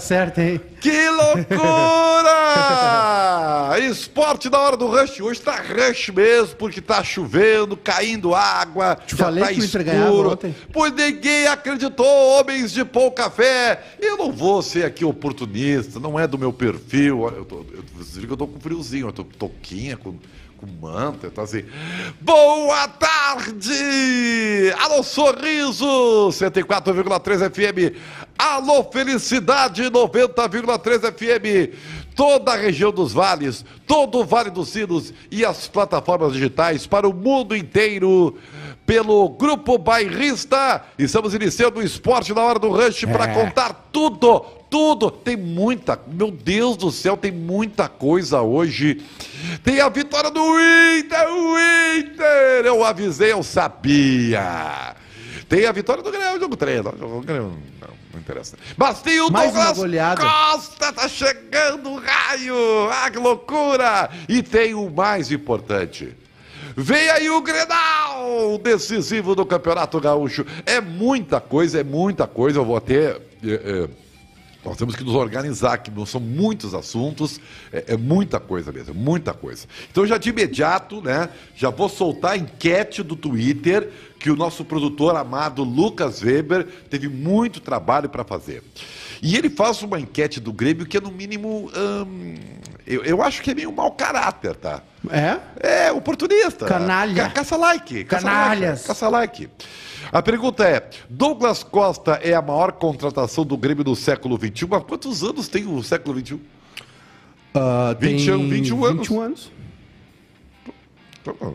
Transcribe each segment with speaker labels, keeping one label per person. Speaker 1: certo, hein?
Speaker 2: Que loucura! Esporte da hora do rush. Hoje tá rush mesmo, porque tá chovendo, caindo água.
Speaker 1: Te falei
Speaker 2: tá
Speaker 1: que o Inter ganhava ontem.
Speaker 2: Pois ninguém acreditou, homens de pouca fé. Eu não vou ser aqui oportunista, não é do meu perfil. Eu tô, eu, vocês viram que eu tô com friozinho, eu tô com toquinha, com, com manta, tá assim. Boa tarde! Alô, sorriso! 104,3 FM. Alô, felicidade! 90,3 FM. Toda a região dos vales, todo o Vale dos Sinos e as plataformas digitais para o mundo inteiro pelo Grupo Bairrista. Estamos iniciando o esporte na hora do rush para contar tudo, tudo. Tem muita, meu Deus do céu, tem muita coisa hoje. Tem a vitória do Inter, o Inter. Eu avisei, eu sabia. Tem a vitória do Grêmio, jogo 3, não, jogo Grêmio, não, não interessa. Mas tem o
Speaker 1: Mais uma
Speaker 2: Douglas
Speaker 1: goleada.
Speaker 2: Costa, tá chegando o raio, ah, que loucura! E tem o mais importante. Vem aí o Grenal, decisivo do Campeonato Gaúcho. É muita coisa, é muita coisa. Eu vou até. eh, eh, nós temos que nos organizar aqui, não são muitos assuntos, é, é muita coisa mesmo, é muita coisa. Então já de imediato, né, já vou soltar a enquete do Twitter que o nosso produtor amado Lucas Weber teve muito trabalho para fazer. E ele faz uma enquete do Grêmio que é no mínimo, hum, eu, eu acho que é meio mau caráter, tá?
Speaker 1: É?
Speaker 2: É, oportunista.
Speaker 1: Canalha.
Speaker 2: Ca- Caça like. Caça
Speaker 1: Canalhas.
Speaker 2: Like, caça like. A pergunta é: Douglas Costa é a maior contratação do Grêmio do século XXI? Há quantos anos tem o século um? XXI?
Speaker 1: Ah,
Speaker 2: 20 anos, 21 anos.
Speaker 1: 21 anos.
Speaker 2: Então,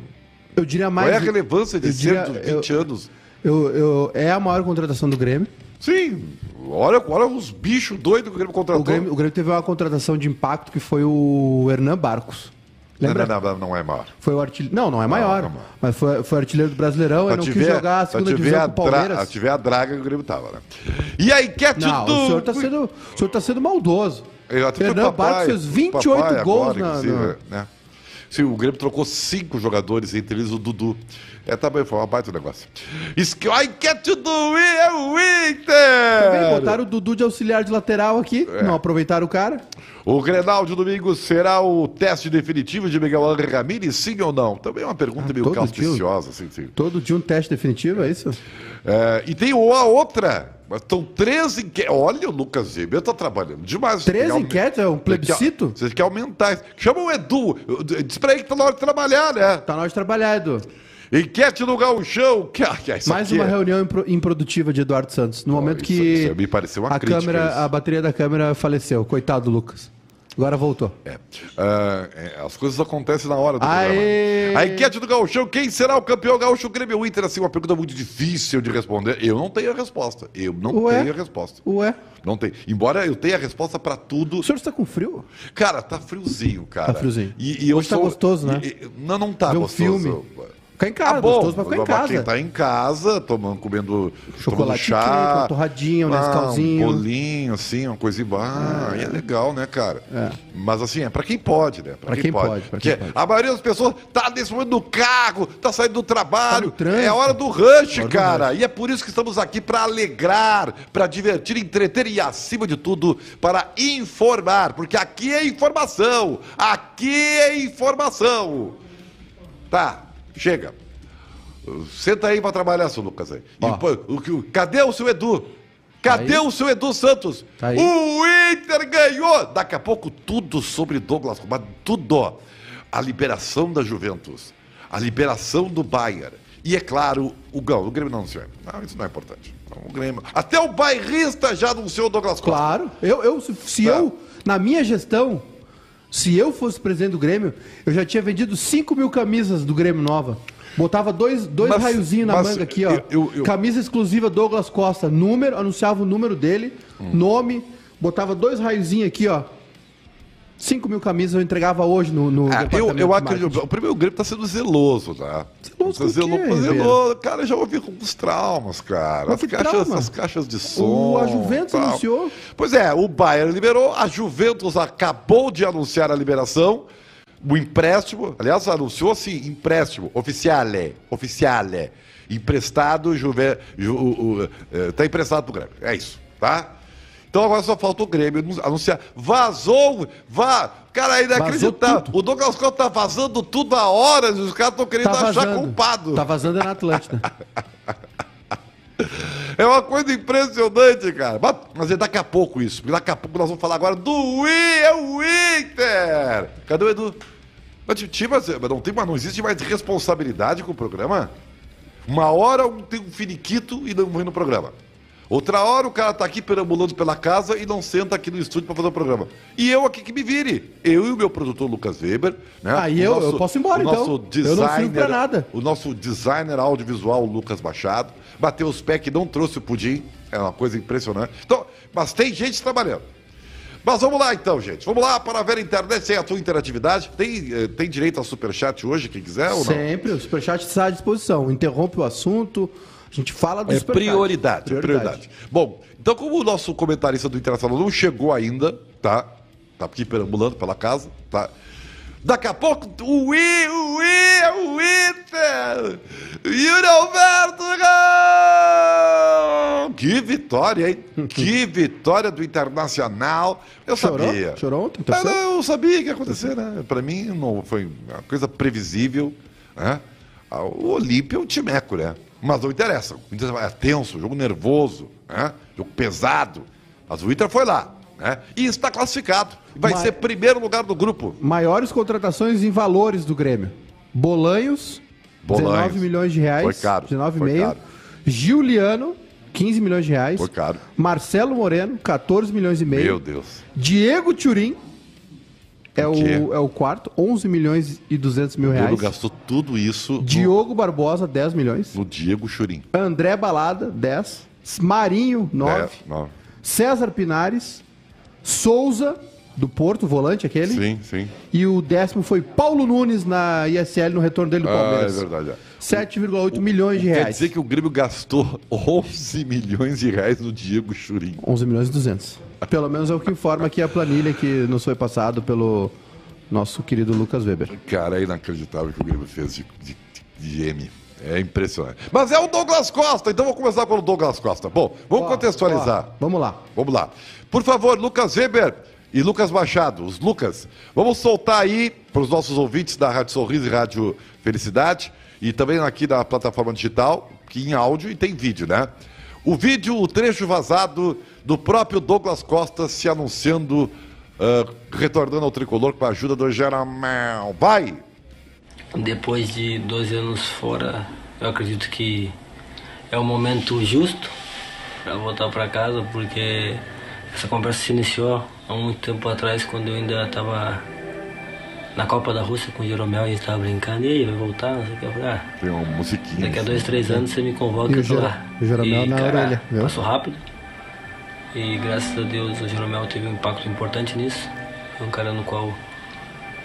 Speaker 1: Eu diria
Speaker 2: Qual
Speaker 1: mais.
Speaker 2: é a relevância de
Speaker 1: eu
Speaker 2: ser
Speaker 1: diria-
Speaker 2: dos 20 anos?
Speaker 1: eu, eu, é a maior contratação do Grêmio.
Speaker 2: Sim, olha, olha os bichos doidos que o Grêmio contratou.
Speaker 1: O Grêmio, o Grêmio teve uma contratação de impacto que foi o Hernan Barcos.
Speaker 2: Não,
Speaker 1: Lembra?
Speaker 2: não, não, não é maior.
Speaker 1: Foi o artilheiro. Não, não é maior.
Speaker 2: não é maior.
Speaker 1: Mas foi, foi artilheiro do Brasileirão e não quis jogar a
Speaker 2: se
Speaker 1: segunda
Speaker 2: tiver
Speaker 1: divisão com o
Speaker 2: dra-
Speaker 1: Palmeiras.
Speaker 2: se tiver a draga que o Grêmio tava, né? E a enquete
Speaker 1: Não,
Speaker 2: do.
Speaker 1: o senhor tá sendo, o senhor tá sendo maldoso.
Speaker 2: Eu até fui
Speaker 1: Hernan
Speaker 2: papai,
Speaker 1: Barcos fez
Speaker 2: fui
Speaker 1: 28
Speaker 2: papai
Speaker 1: gols
Speaker 2: agora,
Speaker 1: na-
Speaker 2: inclusive,
Speaker 1: na,
Speaker 2: né? Sim, o Grêmio trocou cinco jogadores, entre eles o Dudu. É, também foi uma baita negócio. Esque... A enquete do I- é o
Speaker 1: Também
Speaker 2: Inter!
Speaker 1: Tá botaram o Dudu de auxiliar de lateral aqui,
Speaker 2: É.
Speaker 1: não aproveitaram o cara.
Speaker 2: O Grenal de domingo será o teste definitivo de Miguel Ángel Ramírez, sim ou não? Também é uma pergunta meio
Speaker 1: Ah, todo dia.
Speaker 2: calsticiosa, assim, sim.
Speaker 1: Todo dia um teste definitivo, é isso?
Speaker 2: É, e tem o- a outra. Mas estão três enquetes. Olha, o Lucas Weber tá trabalhando demais.
Speaker 1: Três
Speaker 2: Tem que aumen-
Speaker 1: enquetes? É um plebiscito?
Speaker 2: Você quer aumentar. isso. Chama o Edu. Diz pra ele que tá na hora de trabalhar, né?
Speaker 1: Tá na hora de trabalhar, Edu.
Speaker 2: Enquete no Gauchão. Que, que é isso
Speaker 1: Mais
Speaker 2: aqui?
Speaker 1: uma reunião impro- improdutiva de Eduardo Santos. No momento
Speaker 2: isso- é-
Speaker 1: que
Speaker 2: isso me pareceu uma
Speaker 1: a,
Speaker 2: crítica,
Speaker 1: câmera,
Speaker 2: isso.
Speaker 1: a bateria da câmera faleceu. Coitado do Lucas. Agora voltou.
Speaker 2: É. Ah, é, as coisas acontecem na hora do
Speaker 1: Aê!
Speaker 2: programa. A enquete do Gauchão, quem será o campeão gaúcho Grêmio ou Inter? Assim, uma pergunta muito difícil de responder. Eu não tenho a resposta. Eu não
Speaker 1: Ué?
Speaker 2: tenho a resposta.
Speaker 1: Ué,
Speaker 2: Não tenho. Embora eu tenha a resposta pra tudo.
Speaker 1: o senhor está com frio?
Speaker 2: Cara, tá friozinho, cara.
Speaker 1: Tá friozinho.
Speaker 2: E, e eu
Speaker 1: Hoje tá
Speaker 2: sou...
Speaker 1: gostoso, né?
Speaker 2: e- e- não, não tá
Speaker 1: Ver um
Speaker 2: gostoso.
Speaker 1: filme. Ficar em casa,
Speaker 2: tá bom,
Speaker 1: gostoso pra ficar em
Speaker 2: agora
Speaker 1: casa.
Speaker 2: Quem tá em casa, tomando, comendo tomando
Speaker 1: Chocolate
Speaker 2: chá,
Speaker 1: quente, uma torradinha, um Nescauzinho.
Speaker 2: um bolinho, assim, uma coisa e bah, é legal, né, cara? Mas assim, é pra quem pode, né? Pra,
Speaker 1: Pra quem pode, pra
Speaker 2: Porque
Speaker 1: quem pode.
Speaker 2: A maioria das pessoas tá nesse momento no carro, tá saindo do trabalho,
Speaker 1: Tá no trânsito.
Speaker 2: é hora do rush,
Speaker 1: Hora do
Speaker 2: cara. E é por isso que estamos aqui para alegrar, para divertir, entreter e, acima de tudo, para informar. Porque aqui é informação. Aqui é informação. Tá, chega. Senta aí para trabalhar, seu Lucas. aí. E
Speaker 1: Ó.
Speaker 2: pô, o que- o- cadê o seu Edu? Cadê
Speaker 1: Tá aí.
Speaker 2: o seu Edu Santos?
Speaker 1: Tá aí.
Speaker 2: o Inter ganhou! Daqui a pouco tudo sobre Douglas Costa, tudo. A liberação da Juventus, a liberação do Bayern. E é claro, o Gão, o Grêmio não anunciou. Não, isso não é importante. Não, o Grêmio. Até o bairrista já anunciou o Douglas Costa.
Speaker 1: Claro. Eu, eu, se se
Speaker 2: Tá.
Speaker 1: eu, na minha gestão, se eu fosse presidente do Grêmio, eu já tinha vendido 5 mil camisas do Grêmio Nova. Botava dois, dois
Speaker 2: Mas-
Speaker 1: raiozinhos na
Speaker 2: mas
Speaker 1: manga aqui, ó.
Speaker 2: eu- eu- eu-
Speaker 1: Camisa exclusiva Douglas Costa. Número, anunciava o número dele, nome, botava dois raiozinhos aqui, ó. 5 mil camisas eu entregava hoje no,
Speaker 2: Ah,
Speaker 1: no
Speaker 2: eu,
Speaker 1: departamento
Speaker 2: eu
Speaker 1: de
Speaker 2: acredito.
Speaker 1: marketing.
Speaker 2: O primeiro o Grêmio tá sendo zeloso, tá?
Speaker 1: Zeloso
Speaker 2: Tá
Speaker 1: com o
Speaker 2: zelo-
Speaker 1: quê,
Speaker 2: zelo- Cara, eu já ouvi alguns traumas, cara.
Speaker 1: Mas
Speaker 2: As
Speaker 1: que
Speaker 2: caixas,
Speaker 1: trauma?
Speaker 2: as caixas de som.
Speaker 1: a Juventus
Speaker 2: tal.
Speaker 1: anunciou.
Speaker 2: Pois é, o Bayern liberou, a Juventus acabou de anunciar a liberação. O empréstimo, aliás, anunciou assim, empréstimo, oficiale, oficiale, emprestado, Juve, Ju- o- o- eh, tá emprestado pro Grêmio, é isso, tá? Então agora só falta o Grêmio anunciar. Vazou, vá. Cara, é inacreditável.
Speaker 1: tudo.
Speaker 2: O Douglas Costa tá vazando tudo há horas e os caras estão querendo
Speaker 1: Tá
Speaker 2: achar
Speaker 1: vazando.
Speaker 2: culpado.
Speaker 1: Tá vazando é na Atlântida.
Speaker 2: É uma coisa impressionante, cara. Mas, mas é daqui a pouco isso. porque Daqui a pouco nós vamos falar agora do I- é o Inter. Cadê o Edu? Mas, Titi, mas, mas não, tem, mas não existe mais responsabilidade com o programa? Uma hora um tem um finiquito e não vem no programa. Outra hora o cara tá aqui perambulando pela casa e não senta aqui no estúdio para fazer o programa. E eu aqui que me vire. Eu e o meu produtor Lucas Weber. Né?
Speaker 1: Ah, e
Speaker 2: O
Speaker 1: eu- eu posso ir embora,
Speaker 2: o
Speaker 1: então.
Speaker 2: nosso
Speaker 1: Eu não sirvo pra
Speaker 2: designer-
Speaker 1: nada.
Speaker 2: o nosso designer audiovisual, Lucas Machado, bateu os pés que não trouxe o pudim. É uma coisa impressionante. Então, mas tem gente trabalhando. Mas vamos lá então, gente. Vamos lá para a Vera Internet, sem a tua interatividade. Tem, eh, tem direito a superchat hoje, quem quiser ou não?
Speaker 1: Sempre, o Superchat está à disposição. Interrompe o assunto, a gente fala do
Speaker 2: É
Speaker 1: Superchat.
Speaker 2: prioridade, prioridade. Bom, então como o nosso comentarista do Internacional não chegou ainda, tá? Tá aqui perambulando pela casa, tá? Daqui a pouco, o I, o I, é o Inter! Yuri Alberto! gol! Que vitória, hein? Que vitória do Internacional. Eu
Speaker 1: Chorou?
Speaker 2: sabia.
Speaker 1: Chorou ontem? Tá
Speaker 2: Ah,
Speaker 1: Torceu?
Speaker 2: não, eu sabia que ia acontecer, né? Pra mim, não foi uma coisa previsível, né? Ah, O Olímpia é um timeco, né? Mas não interessa. O Inter é tenso, jogo nervoso, né? Jogo pesado. Mas o Inter foi lá, né? E está classificado. Vai
Speaker 1: Mas-
Speaker 2: ser primeiro lugar do grupo.
Speaker 1: Maiores contratações em valores do Grêmio. Bolanhos,
Speaker 2: Bolanhos.
Speaker 1: 19 milhões de reais.
Speaker 2: Foi caro, foi
Speaker 1: 19,5.
Speaker 2: caro.
Speaker 1: Giuliano, 15 milhões de reais.
Speaker 2: Foi caro.
Speaker 1: Marcelo Moreno, 14 milhões e meio.
Speaker 2: Meu Deus.
Speaker 1: Diego Turim é
Speaker 2: O quê?
Speaker 1: o, é o quarto, 11 milhões e 200 mil
Speaker 2: O Bruno
Speaker 1: reais.
Speaker 2: gastou tudo isso no,
Speaker 1: Diogo Barbosa, 10 milhões.
Speaker 2: no Diego Churim.
Speaker 1: André Balada, 10. Marinho, 9.
Speaker 2: É, nove.
Speaker 1: César Pinares, Souza, do Porto, volante aquele.
Speaker 2: Sim, sim.
Speaker 1: E o décimo foi Paulo Nunes na ISL no retorno dele do
Speaker 2: Ah, é
Speaker 1: Palmeiras.
Speaker 2: verdade. é.
Speaker 1: 7,8 milhões de
Speaker 2: Quer
Speaker 1: reais.
Speaker 2: dizer que o Grêmio gastou 11 milhões de reais no Diego Churim.
Speaker 1: 11 milhões e 200. Pelo menos é o que informa aqui a planilha que nos foi passado pelo nosso querido Lucas Weber.
Speaker 2: Cara, é inacreditável o que o Grêmio fez de, de, de M. É impressionante. Mas é o Douglas Costa, então vou começar pelo Douglas Costa. Bom, vamos
Speaker 1: Ó,
Speaker 2: contextualizar.
Speaker 1: ó, vamos lá.
Speaker 2: Vamos lá. Por favor, Lucas Weber e Lucas Machado, os Lucas, vamos soltar aí para os nossos ouvintes da Rádio Sorriso e Rádio Felicidade e também aqui da plataforma digital, que em áudio e tem vídeo, né? O vídeo, o trecho vazado do próprio Douglas Costa se anunciando, ah, retornando ao tricolor com a ajuda do Jeromel. Vai!
Speaker 3: Depois de 12 anos fora, eu acredito que é o momento justo para voltar para casa, porque essa conversa se iniciou há muito tempo atrás, quando eu ainda estava na Copa da Rússia com o Jeromel e estava brincando, e aí, vai voltar, não sei o que. Eu falei, ah,
Speaker 2: Tem uma musiquinha.
Speaker 3: daqui a dois, três anos você me convoca
Speaker 1: E o
Speaker 3: eu tô
Speaker 1: Jero-
Speaker 3: lá.
Speaker 1: o Jeromel
Speaker 3: E,
Speaker 1: na
Speaker 3: cara,
Speaker 1: orelha, viu?
Speaker 3: Passou rápido. E graças a Deus o Jeromel teve um impacto importante nisso. É um cara no qual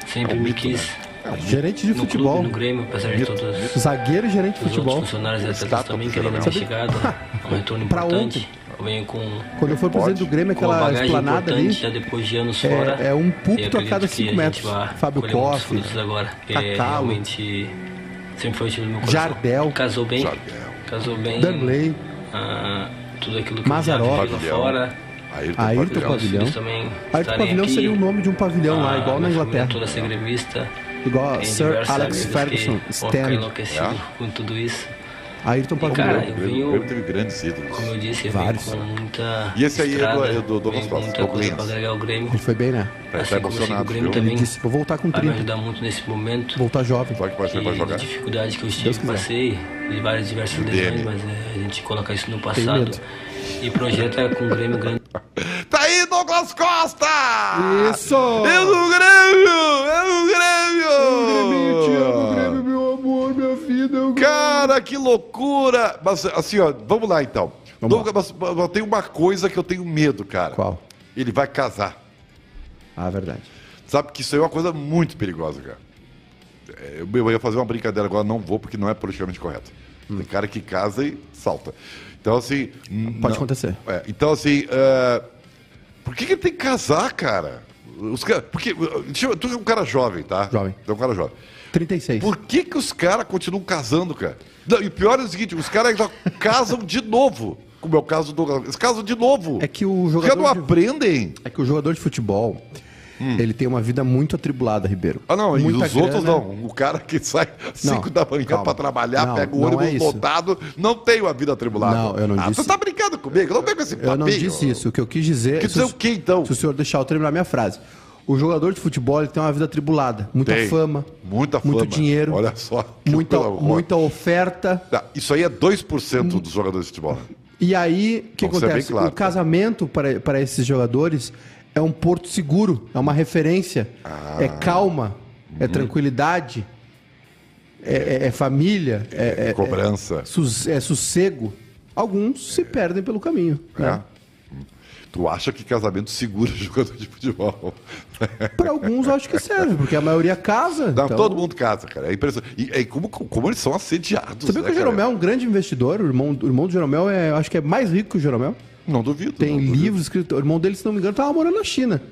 Speaker 3: sempre
Speaker 2: É um
Speaker 3: me
Speaker 2: mito,
Speaker 3: quis
Speaker 1: né? Gerente de
Speaker 3: no
Speaker 1: futebol.
Speaker 3: clube, no Grêmio, apesar de todos os
Speaker 1: Zagueiro e gerente de
Speaker 3: outros
Speaker 1: futebol.
Speaker 3: funcionários e atletas
Speaker 2: Estátua
Speaker 3: também
Speaker 2: pro
Speaker 3: querendo
Speaker 2: Jeromel.
Speaker 3: ter chegado, é um retorno
Speaker 1: Pra
Speaker 3: importante. Eu venho com, com
Speaker 1: Quando eu for presidente do Grêmio,
Speaker 3: uma
Speaker 1: aquela
Speaker 3: bagagem
Speaker 1: esplanada
Speaker 3: importante
Speaker 1: ali.
Speaker 3: já depois de anos
Speaker 1: é-
Speaker 3: fora.
Speaker 1: é um
Speaker 3: E
Speaker 1: púlpito a
Speaker 3: acredito
Speaker 1: cada
Speaker 3: que
Speaker 1: cinco
Speaker 3: gente
Speaker 1: metros.
Speaker 3: vai
Speaker 1: Fábio
Speaker 3: colher muitos
Speaker 1: Costa,
Speaker 3: frutos agora. É,
Speaker 1: Cacau.
Speaker 3: realmente sempre foi o time do meu coração.
Speaker 1: Jardel.
Speaker 3: Casou bem.
Speaker 2: Jardel.
Speaker 3: Casou bem.
Speaker 1: Danley.
Speaker 3: ah, tudo aquilo que
Speaker 1: Mazzaropi.
Speaker 3: eu já vi lá fora.
Speaker 2: Ayrton,
Speaker 1: Ayrton
Speaker 2: Pavilhão.
Speaker 3: Meus filhos
Speaker 1: Pavilhão.
Speaker 3: também
Speaker 1: Aí o
Speaker 3: estarem
Speaker 1: pavilhão
Speaker 3: aqui.
Speaker 1: seria o nome de um pavilhão lá,
Speaker 3: Ah,
Speaker 1: igual na
Speaker 3: minha família
Speaker 1: Inglaterra.
Speaker 3: toda ser gremista.
Speaker 1: Igual a
Speaker 3: Tem
Speaker 1: Sir
Speaker 3: diversos
Speaker 1: Alex
Speaker 3: amigos
Speaker 1: Ferguson,
Speaker 3: que vão ficar
Speaker 1: Stan,
Speaker 3: enlouquecidos com tudo isso.
Speaker 1: Ayrton
Speaker 3: é cara,
Speaker 1: Pavilhão.
Speaker 2: O Grêmio o Grêmio teve grandes ídolos.
Speaker 3: Como eu disse, eu
Speaker 1: Vários.
Speaker 3: venho com muita.
Speaker 2: E esse aí é do-
Speaker 3: estrada,
Speaker 2: é do- do
Speaker 3: venho com
Speaker 2: Gonçalves,
Speaker 3: muita
Speaker 2: do
Speaker 3: coisa pra
Speaker 2: Corinthians.
Speaker 3: agregar o Grêmio.
Speaker 1: Ele foi bem, né?
Speaker 2: Tá,
Speaker 3: Assim
Speaker 2: tá
Speaker 3: como eu sigo
Speaker 2: emocionado,
Speaker 3: o Grêmio
Speaker 2: viu?
Speaker 1: Ele
Speaker 3: também
Speaker 1: disse, vou um voltar com
Speaker 3: vai me
Speaker 1: 30,
Speaker 3: ajudar muito nesse momento.
Speaker 1: voltar jovem.
Speaker 2: Só que pode ser pra
Speaker 3: e
Speaker 2: jogar.
Speaker 3: de dificuldade que eu
Speaker 1: Deus
Speaker 3: tive,
Speaker 1: quiser.
Speaker 3: passei, de várias diversas lesões,
Speaker 2: DM.
Speaker 3: mas é, a gente coloca isso no
Speaker 1: medo.
Speaker 3: passado. E projeta com o Grêmio grande.
Speaker 2: Tá aí, Douglas Costa!
Speaker 1: Isso!
Speaker 2: É do Grêmio! É do Grêmio!
Speaker 1: meu amor, minha vida.
Speaker 2: Cara, que loucura! Mas assim, ó, vamos lá então.
Speaker 1: Vamos
Speaker 2: Douglas, mas, mas tem uma coisa que eu tenho medo, cara.
Speaker 1: Qual?
Speaker 2: Ele vai casar.
Speaker 1: Ah, verdade.
Speaker 2: Sabe que isso aí é uma coisa muito perigosa, cara. É, Eu, eu ia fazer uma brincadeira agora, não vou, porque não é politicamente correto.
Speaker 1: Hum.
Speaker 2: Tem cara que casa e salta. Então, assim. n-
Speaker 1: Pode
Speaker 2: não-
Speaker 1: acontecer.
Speaker 2: É, então, assim. é, por que, que ele tem que casar, cara? Os cara porque, uh, deixa eu- tu é um cara jovem, tá?
Speaker 1: Jovem.
Speaker 2: Tu é um cara jovem.
Speaker 1: 36.
Speaker 2: Por que, que os caras continuam casando, cara? Não, e o pior é o seguinte: os caras já casam de novo. como é o caso do. Esse caso de novo.
Speaker 1: É que o
Speaker 2: Porque não
Speaker 1: jogador. de-
Speaker 2: aprendem.
Speaker 1: É que o jogador de futebol, ele tem uma vida muito atribulada, Ribeiro.
Speaker 2: Hum. Ah, não, e
Speaker 1: Muita
Speaker 2: os outros
Speaker 1: grana. né?
Speaker 2: não. O cara que sai 5
Speaker 1: Não,
Speaker 2: da manhã
Speaker 1: calma.
Speaker 2: pra trabalhar,
Speaker 1: Não,
Speaker 2: pega o
Speaker 1: não
Speaker 2: ônibus
Speaker 1: é isso.
Speaker 2: lotado, não tem uma vida atribulada.
Speaker 1: Não, eu não
Speaker 2: ah, Você
Speaker 1: disse-
Speaker 2: tá brincando comigo? Eu não pego esse papinho.
Speaker 1: Eu não disse isso. O que eu quis dizer.
Speaker 2: Quer
Speaker 1: se
Speaker 2: dizer
Speaker 1: o-
Speaker 2: o quê, então?
Speaker 1: Se o senhor deixar eu terminar a minha frase. O jogador de futebol ele tem uma vida atribulada. Muita
Speaker 2: Tem.
Speaker 1: fama.
Speaker 2: Muita fama.
Speaker 1: Muito dinheiro.
Speaker 2: Olha só, que
Speaker 1: Muita,
Speaker 2: horror.
Speaker 1: muita Hum. oferta.
Speaker 2: Tá, Isso aí é 2% dos jogadores de futebol. né?
Speaker 1: E aí, o que
Speaker 2: Vamos ser bem
Speaker 1: acontece?
Speaker 2: claro,
Speaker 1: o
Speaker 2: tá?
Speaker 1: casamento para, para esses jogadores é um porto seguro, é uma referência,
Speaker 2: Ah.
Speaker 1: é calma,
Speaker 2: Uhum.
Speaker 1: é tranquilidade, é, é- é família, é, é-
Speaker 2: Cobrança.
Speaker 1: sus- é sossego. Alguns
Speaker 2: É.
Speaker 1: se perdem pelo caminho.
Speaker 2: né?
Speaker 1: é.
Speaker 2: Tu acha que casamento segura jogador de futebol?
Speaker 1: Para alguns, eu acho que serve, porque a maioria casa.
Speaker 2: É. Não,
Speaker 1: então-
Speaker 2: Todo mundo casa, cara. É impressionante. E, e como, como eles são assediados.
Speaker 1: Sabia
Speaker 2: né,
Speaker 1: que
Speaker 2: cara?
Speaker 1: o Jeromel é um grande investidor? O irmão, o irmão do Jeromel é, eu acho que é mais rico que o Jeromel.
Speaker 2: Não duvido.
Speaker 1: Tem
Speaker 2: não duvido.
Speaker 1: livros, escritor. O irmão dele, se não me engano, estava morando na China.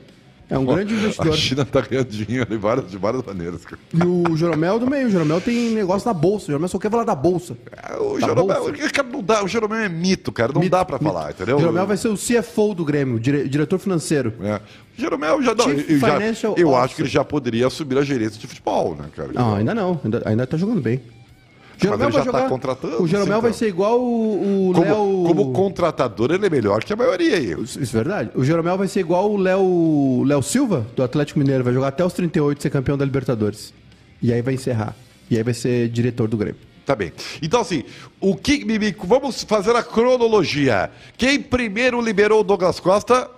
Speaker 1: É um grande
Speaker 2: A
Speaker 1: investidor.
Speaker 2: China tá ganhando dinheiro de várias, de várias maneiras, cara.
Speaker 1: E o Jeromel também. O Jeromel tem negócio na bolsa. O Jeromel só quer falar da bolsa.
Speaker 2: Ah, O
Speaker 1: Da
Speaker 2: Jeromel,
Speaker 1: Tá bolsa.
Speaker 2: cara, não dá, o Jeromel é mito, cara. Não dá pra falar, entendeu?
Speaker 1: O Jeromel vai ser o CFO do Grêmio, dire- diretor financeiro.
Speaker 2: É. O Jeromel já, não,
Speaker 1: Chief
Speaker 2: eu, já-
Speaker 1: Financial
Speaker 2: eu acho
Speaker 1: Officer.
Speaker 2: que ele já poderia assumir a gerência de futebol, né, cara?
Speaker 1: Não, ainda não. Ainda, ainda tá jogando bem. O
Speaker 2: ele já tá contratando,
Speaker 1: O Jeromel
Speaker 2: sim,
Speaker 1: vai
Speaker 2: então.
Speaker 1: ser igual o o
Speaker 2: como,
Speaker 1: Léo...
Speaker 2: como contratador, ele é melhor que a maioria aí.
Speaker 1: Isso é verdade. O Jeromel vai ser igual o Léo, Léo Silva, do Atlético Mineiro. Vai jogar até os 38 e ser campeão da Libertadores. E aí vai encerrar. E aí vai ser diretor do Grêmio.
Speaker 2: Tá bem. Então, assim, o que. me- me- Vamos fazer a cronologia. Quem primeiro liberou o Douglas Costa?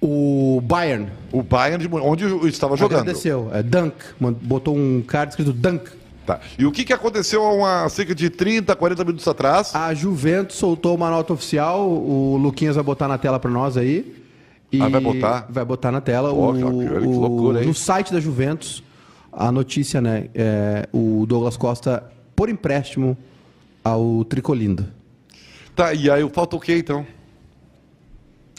Speaker 1: O Bayern
Speaker 2: O Bayern de Munique, onde eu estava jogando.
Speaker 1: agradeceu. É, Dunk. Man- Botou um card escrito Dunk.
Speaker 2: Tá. E o que, que aconteceu há uma, cerca de 30, 40 minutos atrás?
Speaker 1: A Juventus soltou uma nota oficial, o Luquinhas vai botar na tela pra nós aí. E
Speaker 2: Ah, vai botar?
Speaker 1: Vai botar na tela.
Speaker 2: Pô,
Speaker 1: o,
Speaker 2: cara, que- olha que
Speaker 1: o-
Speaker 2: loucura, hein?
Speaker 1: No site da Juventus, a notícia, né? É, o Douglas Costa por empréstimo ao Tricolindo.
Speaker 2: Tá, e aí falta o quê então?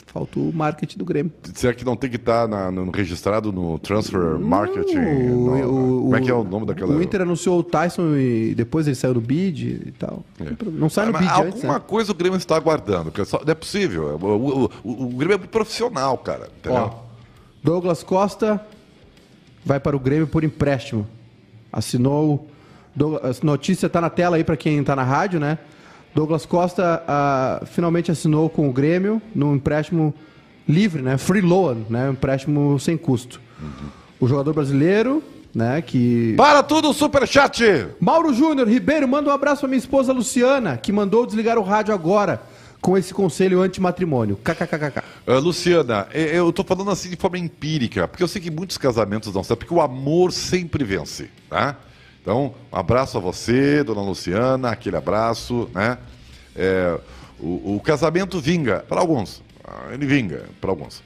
Speaker 1: Falta o marketing do Grêmio.
Speaker 2: Será que não tem que estar na- no, registrado no Transfer Marketing? no- como é que é o nome daquela?
Speaker 1: O Inter anunciou o Tyson e depois ele saiu no bid e tal. Não sai no
Speaker 2: É. Ah, Mas
Speaker 1: bid antes,
Speaker 2: alguma
Speaker 1: né?
Speaker 2: coisa o Grêmio está aguardando, porque só- não é possível. O, o- o- o Grêmio é muito profissional, cara. Entendeu?
Speaker 1: Ó, Douglas Costa vai para o Grêmio por empréstimo. Assinou. Doug- a notícia tá na tela aí para quem tá na rádio, né? Douglas Costa ah, finalmente assinou com o Grêmio num empréstimo livre, né? Free loan, né? Um empréstimo sem custo. O jogador brasileiro, né? Que
Speaker 2: Para tudo, superchat!
Speaker 1: Mauro Júnior Ribeiro, manda um abraço pra minha esposa Luciana, que mandou desligar o rádio agora com esse conselho antimatrimônio. KKKKK.
Speaker 2: Ah, Luciana, eh, eu tô falando assim de forma empírica, porque eu sei que muitos casamentos não certo, porque o amor sempre vence, tá? Então, um abraço a você, dona Luciana, aquele abraço, né? Eh, o, o casamento vinga, para alguns, Ah, ele vinga, para alguns.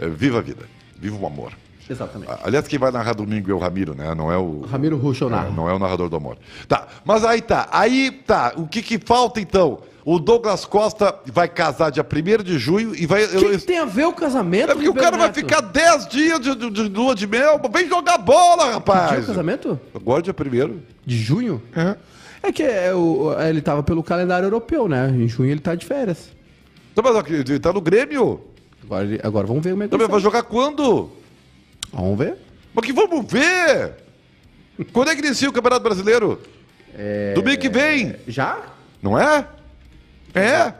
Speaker 2: Eh, viva a vida, viva o amor.
Speaker 1: Exatamente.
Speaker 2: Ah, Aliás, quem vai narrar domingo é o Ramiro, né? Não é o.
Speaker 1: Ramiro Russo narra.
Speaker 2: É, não é o narrador do amor. Tá, mas aí tá. Aí tá. O que que falta então? O Douglas Costa vai casar dia 1 de junho e vai.
Speaker 1: O
Speaker 2: eu-
Speaker 1: que, que tem a ver o casamento?
Speaker 2: É porque o
Speaker 1: Ribeiro
Speaker 2: cara vai
Speaker 1: Neto?
Speaker 2: ficar 10 dias de, de- de lua de mel. Vem jogar bola,
Speaker 1: Dia
Speaker 2: rapaz!
Speaker 1: do casamento?
Speaker 2: Agora dia 1
Speaker 1: De junho? É. que é, o- ele tava pelo calendário europeu, né? Em junho ele tá de férias.
Speaker 2: Tá, mas ok, ele tá no Grêmio.
Speaker 1: Agora, ele- agora vamos ver como é que
Speaker 2: Também vai
Speaker 1: vai ser.
Speaker 2: jogar quando? um-
Speaker 1: Vamos ver.
Speaker 2: Mas que vamos ver! Quando é que inicia o Campeonato Brasileiro?
Speaker 1: É,
Speaker 2: Domingo que vem!
Speaker 1: Já?
Speaker 2: Não é? É.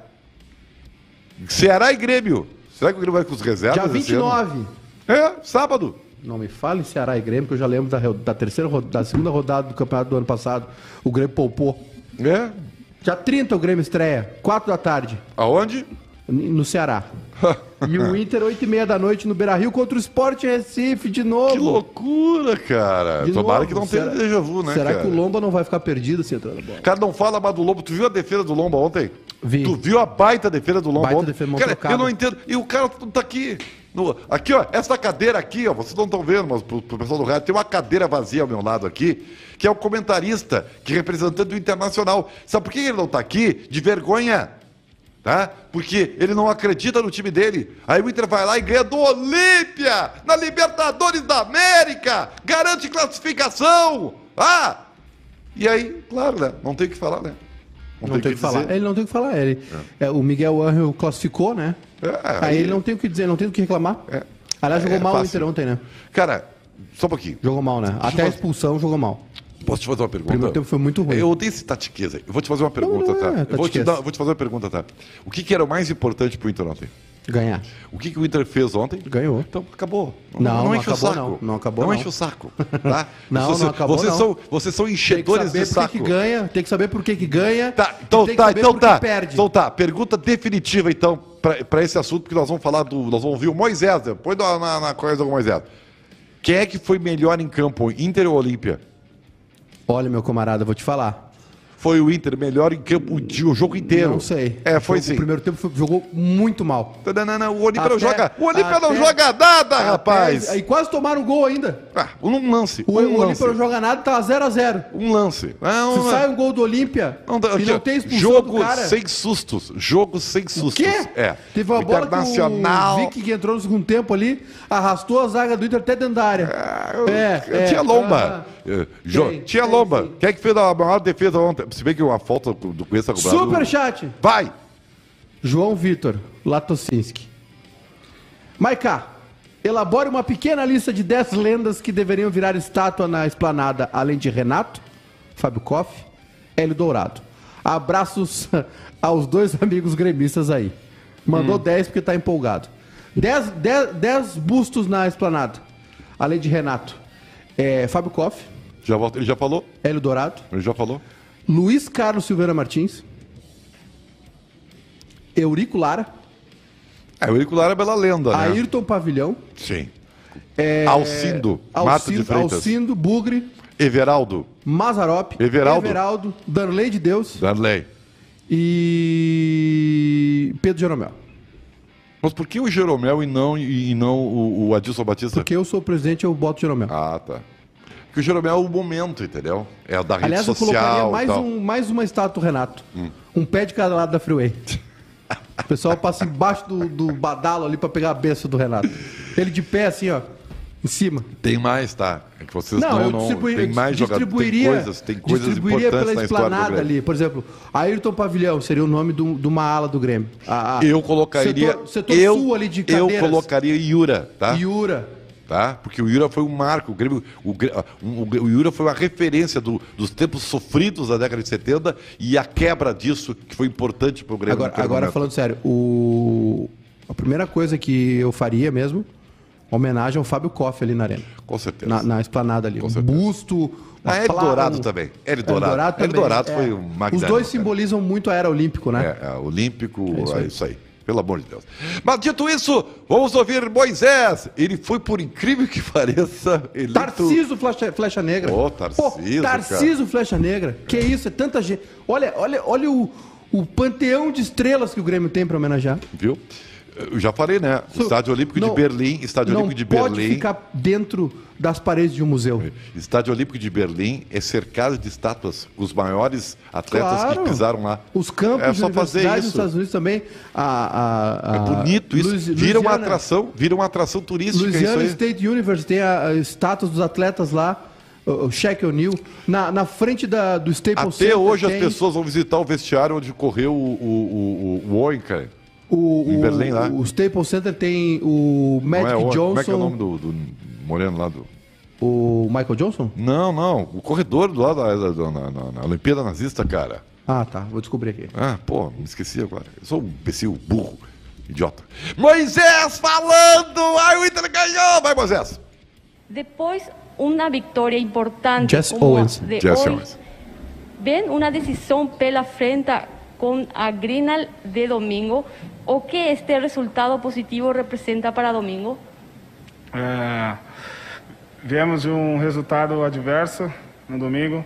Speaker 2: Ceará e Grêmio. Será que o Grêmio vai com os reservas?
Speaker 1: Dia
Speaker 2: esse ano?
Speaker 1: 29.
Speaker 2: É, sábado.
Speaker 1: Não me fale em Ceará e Grêmio, que eu já lembro da, re- da terceira ro- da segunda rodada do campeonato do ano passado. O Grêmio poupou.
Speaker 2: É.
Speaker 1: Dia 30 o Grêmio estreia, 4 da tarde,
Speaker 2: Aonde?
Speaker 1: n- no Ceará. E o Inter, 8 e meia da noite, no Beira Rio, contra o Sport Recife, de novo.
Speaker 2: Que loucura, cara.
Speaker 1: De
Speaker 2: Tomara
Speaker 1: novo.
Speaker 2: que não tenha
Speaker 1: Será-
Speaker 2: déjà vu, né,
Speaker 1: Será
Speaker 2: cara?
Speaker 1: que o Lomba não vai ficar perdido assim, se entrar na bola?
Speaker 2: Cara, não fala mais do Lombo. Tu viu a defesa do Lombo ontem?
Speaker 1: Vi.
Speaker 2: Tu viu a baita defesa do Lombo
Speaker 1: Baita
Speaker 2: ontem?
Speaker 1: defesa, mão
Speaker 2: cara,
Speaker 1: trocada.
Speaker 2: eu não entendo. E o cara não tá aqui. No- aqui, ó, essa cadeira aqui, ó, vocês não estão vendo, mas pro, pro pessoal do rádio, tem uma cadeira vazia ao meu lado aqui, que é o comentarista, que é representante do Internacional. Sabe por que ele não tá aqui? De vergonha. Tá? Porque ele não acredita no time dele. Aí o Inter vai lá e ganha do Olímpia, na Libertadores da América, garante classificação. Ah, e aí, claro, né? Não tem o que falar, né?
Speaker 1: Não tem o que falar.
Speaker 2: dizer.
Speaker 1: Ele não tem o que falar. Ele, é, o Miguel Angel classificou, né?
Speaker 2: É,
Speaker 1: aí
Speaker 2: aí-
Speaker 1: ele não tem o que dizer, não tem o que reclamar.
Speaker 2: É.
Speaker 1: Aliás, jogou
Speaker 2: É
Speaker 1: mal o
Speaker 2: fácil.
Speaker 1: Inter ontem, né?
Speaker 2: Cara, só um pouquinho.
Speaker 1: Jogou mal, né?
Speaker 2: eu
Speaker 1: Até a
Speaker 2: fazer-
Speaker 1: expulsão jogou mal.
Speaker 2: Posso te fazer uma pergunta?
Speaker 1: Primeiro tempo foi muito ruim.
Speaker 2: Eu odeio esse tatiqueza. aí. Eu vou te fazer uma pergunta,
Speaker 1: não é
Speaker 2: tá? Eu vou te,
Speaker 1: tatiqueza.
Speaker 2: dar- vou te fazer uma pergunta, tá? O que, que era o mais importante pro Inter ontem?
Speaker 1: Ganhar.
Speaker 2: O que, que o Inter fez ontem?
Speaker 1: Ganhou.
Speaker 2: Então acabou.
Speaker 1: Não, não
Speaker 2: enche o
Speaker 1: acabou,
Speaker 2: saco.
Speaker 1: não. Não acabou, não.
Speaker 2: enche o saco. Tá?
Speaker 1: Não, não acabou,
Speaker 2: vocês
Speaker 1: não.
Speaker 2: São, vocês são
Speaker 1: Tem que
Speaker 2: enchedores
Speaker 1: saber
Speaker 2: de
Speaker 1: por que
Speaker 2: saco.
Speaker 1: que ganha, tem que saber por que que ganha.
Speaker 2: Tá, então
Speaker 1: e tem que
Speaker 2: tá,
Speaker 1: saber
Speaker 2: então
Speaker 1: por que
Speaker 2: tá.
Speaker 1: perde.
Speaker 2: Então tá, pergunta definitiva então pra pra esse assunto que nós vamos falar do, nós vamos ouvir o Moisés, depois na, na, na coisa do Moisés. Quem é que foi melhor em campo, Inter ou Olímpia?
Speaker 1: Olha, meu camarada, eu vou te falar.
Speaker 2: Foi o Inter melhor em campo o dia- o jogo inteiro.
Speaker 1: Não sei.
Speaker 2: É, foi
Speaker 1: o
Speaker 2: sim.
Speaker 1: O primeiro tempo foi- jogou muito mal.
Speaker 2: Não, não, não, o Olímpia não
Speaker 1: Até-
Speaker 2: joga. O Olímpia não
Speaker 1: até-
Speaker 2: joga nada, Ah, rapaz.
Speaker 1: Até- Aí quase tomaram o gol ainda.
Speaker 2: Ah, um lance.
Speaker 1: O,
Speaker 2: um
Speaker 1: o
Speaker 2: lance.
Speaker 1: Olímpia não joga nada, tá 0x0.
Speaker 2: Um lance. Ah,
Speaker 1: Se
Speaker 2: um-
Speaker 1: sai um gol do Olímpia
Speaker 2: Não, dá-
Speaker 1: e
Speaker 2: aqui,
Speaker 1: não
Speaker 2: ó,
Speaker 1: tem expulsão
Speaker 2: jogo
Speaker 1: do cara...
Speaker 2: sem sustos. Jogo sem sustos.
Speaker 1: Quê?
Speaker 2: É.
Speaker 1: Teve uma bola
Speaker 2: Internacional.
Speaker 1: que o Vicky que entrou no segundo tempo ali, arrastou a zaga do Inter até dentro da área.
Speaker 2: É, tinha lomba. É, jo-
Speaker 1: ah, Tem,
Speaker 2: tinha
Speaker 1: tem,
Speaker 2: lomba.
Speaker 1: sim.
Speaker 2: Quem é que fez a maior defesa ontem? Se bem que a falta do do Cuesta cobrada-
Speaker 1: Superchat.
Speaker 2: Vai!
Speaker 1: João Vitor Latocinski. Maiká, elabore uma pequena lista de 10 lendas que deveriam virar estátua na esplanada, além de Renato, Fábio Koff, Hélio Dourado. Abraços aos dois amigos gremistas aí. Mandou 10 porque tá empolgado. 10, 10, 10 bustos na esplanada, além de Renato. É, Fábio Koff,
Speaker 2: Já volta. Ele já falou?
Speaker 1: Hélio Dourado,
Speaker 2: Ele já falou?
Speaker 1: Luiz Carlos Silveira Martins, Eurico Lara,
Speaker 2: É, o Auricular é bela lenda, né?
Speaker 1: Ayrton Pavilhão,
Speaker 2: Sim.
Speaker 1: É,
Speaker 2: Alcindo, Mato de Freitas.
Speaker 1: Alcindo, Bugre,
Speaker 2: Everaldo,
Speaker 1: Mazarop,
Speaker 2: Everaldo.
Speaker 1: Darley de Deus
Speaker 2: Darley.
Speaker 1: e Pedro Jeromel.
Speaker 2: Mas por que o Jeromel e não, e não o, o Adilson Batista?
Speaker 1: Porque eu sou o presidente, eu boto Jeromel.
Speaker 2: Ah, tá. Porque o Jeromel é o momento, entendeu? É a da rede
Speaker 1: Aliás, eu
Speaker 2: social
Speaker 1: colocaria
Speaker 2: e
Speaker 1: mais,
Speaker 2: tal. Hum.
Speaker 1: um, mais uma estátua do Renato. Um pé de cada lado da freeway. O pessoal passa embaixo do, do badalo ali pra pegar a besta do Renato. Ele de pé assim, ó, em cima.
Speaker 2: Tem mais, tá? É que vocês não,
Speaker 1: Não, eu
Speaker 2: não,
Speaker 1: distribuí-
Speaker 2: tem mais jogadores, tem
Speaker 1: distribuiria,
Speaker 2: coisas, tem coisas
Speaker 1: distribuiria
Speaker 2: importantes
Speaker 1: pela
Speaker 2: na história do
Speaker 1: esplanada
Speaker 2: Grêmio.
Speaker 1: ali. Por exemplo, Ayrton Pavilhão seria o nome do- de uma ala do Grêmio. A- a-
Speaker 2: Eu colocaria
Speaker 1: tá. Setor, setor
Speaker 2: eu,
Speaker 1: sul ali de
Speaker 2: eu
Speaker 1: cadeiras.
Speaker 2: colocaria Yura, tá?
Speaker 1: Yura.
Speaker 2: tá? Porque o Yura foi um marco, o Grêmio, o, Grê- ah, um- o Grê- o Yura foi uma referência do- dos tempos sofridos da década de 70 e a quebra disso que foi importante pro Grêmio.
Speaker 1: Agora,
Speaker 2: naquele
Speaker 1: agora
Speaker 2: momento.
Speaker 1: falando sério, o... a primeira coisa que eu faria mesmo, homenagem ao Fábio Koff ali na arena.
Speaker 2: com certeza.
Speaker 1: Na, na esplanada ali. Um
Speaker 2: certeza.
Speaker 1: busto. uma
Speaker 2: Ah, Hélio
Speaker 1: placa,
Speaker 2: Dourado também. Hélio Dourado. Hélio
Speaker 1: também,
Speaker 2: Dourado
Speaker 1: é.
Speaker 2: foi um magnânimo,
Speaker 1: Os dois
Speaker 2: cara.
Speaker 1: simbolizam muito a era olímpico, né?
Speaker 2: É, é, olímpico, é isso,
Speaker 1: isso
Speaker 2: aí.
Speaker 1: aí.
Speaker 2: Pelo amor de Deus. Mas dito isso, vamos ouvir Moisés. Ele foi, por incrível que pareça, eleito...
Speaker 1: Tarciso Flecha, Flecha Negra.
Speaker 2: Ô, Tarciso,
Speaker 1: Pô, Tarciso Flecha Negra. Que isso, é tanta gente. Olha, olha, olha o, o panteão de estrelas que o Grêmio tem pra homenagear.
Speaker 2: Viu? Eu já falei, né? O Estádio Olímpico
Speaker 1: Não-
Speaker 2: de Berlim, Estádio
Speaker 1: não
Speaker 2: Olímpico de
Speaker 1: pode
Speaker 2: Berlim. É.
Speaker 1: ficar dentro das paredes de um museu.
Speaker 2: Estádio Olímpico de Berlim é cercado de estátuas, os maiores atletas
Speaker 1: Claro.
Speaker 2: que pisaram lá.
Speaker 1: Os campos
Speaker 2: é
Speaker 1: de
Speaker 2: só fazer
Speaker 1: universidade nos
Speaker 2: isso.
Speaker 1: Estados Unidos também. A, a-
Speaker 2: É
Speaker 1: a-
Speaker 2: bonito isso.
Speaker 1: Luis-
Speaker 2: vira uma
Speaker 1: Louisiana-
Speaker 2: atração, vira uma atração turística é isso
Speaker 1: Louisiana
Speaker 2: aí.
Speaker 1: State University tem a, a estátua dos atletas lá, o, o Shaq O'Neal, na, na frente da, do Staples
Speaker 2: Até hoje as
Speaker 1: tem
Speaker 2: pessoas vão visitar o vestiário onde correu o, o, o, o Owen, cara.
Speaker 1: o,
Speaker 2: em
Speaker 1: o-
Speaker 2: Berlim lá.
Speaker 1: O Staples Center tem o
Speaker 2: Não
Speaker 1: Magic
Speaker 2: é Owen.
Speaker 1: Johnson.
Speaker 2: Como é que é o nome do, do Moreno lá do.
Speaker 1: O Michael Johnson?
Speaker 2: Não, não. O corredor do lado da, da, da- na- na- na Olimpíada Nazista, cara.
Speaker 1: Ah, tá. Vou descobrir aqui.
Speaker 2: Ah, pô, me esqueci agora. Eu sou um imbecil burro, idiota. Moisés falando! Ai, o Inter ganhou! Vai, Moisés!
Speaker 4: Después, una victoria importante
Speaker 1: Jess
Speaker 4: como
Speaker 1: Owens.
Speaker 4: de
Speaker 2: Jess
Speaker 4: hoy,
Speaker 2: Owens.
Speaker 4: ven una decisión pela frente con a Greenal de domingo, o que este resultado positivo representa para domingo?
Speaker 5: É, viemos de um resultado adverso no domingo.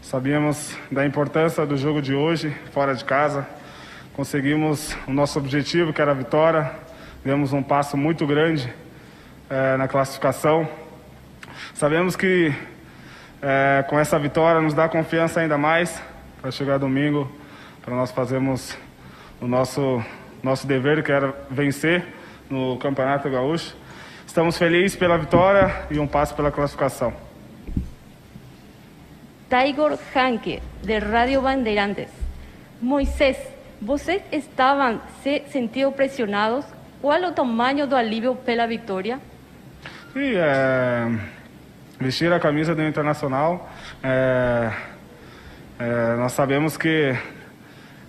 Speaker 5: Sabíamos da importância do jogo de hoje, fora de casa. Conseguimos o nosso objetivo, que era a vitória. Demos um passo muito grande é, na classificação. Sabemos que é, com essa vitória nos dá confiança ainda mais para chegar domingo, para nós fazermos o nosso, nosso dever, que era vencer no Campeonato Gaúcho. Estamos felizes pela vitória e um passo pela classificação.
Speaker 4: Tiger Hanke, de Radio Bandeirantes. Moisés, vocês estavam se sentindo pressionados? Qual o tamanho do alívio pela vitória?
Speaker 5: E é, vestir a camisa do Internacional, é, é, nós sabemos que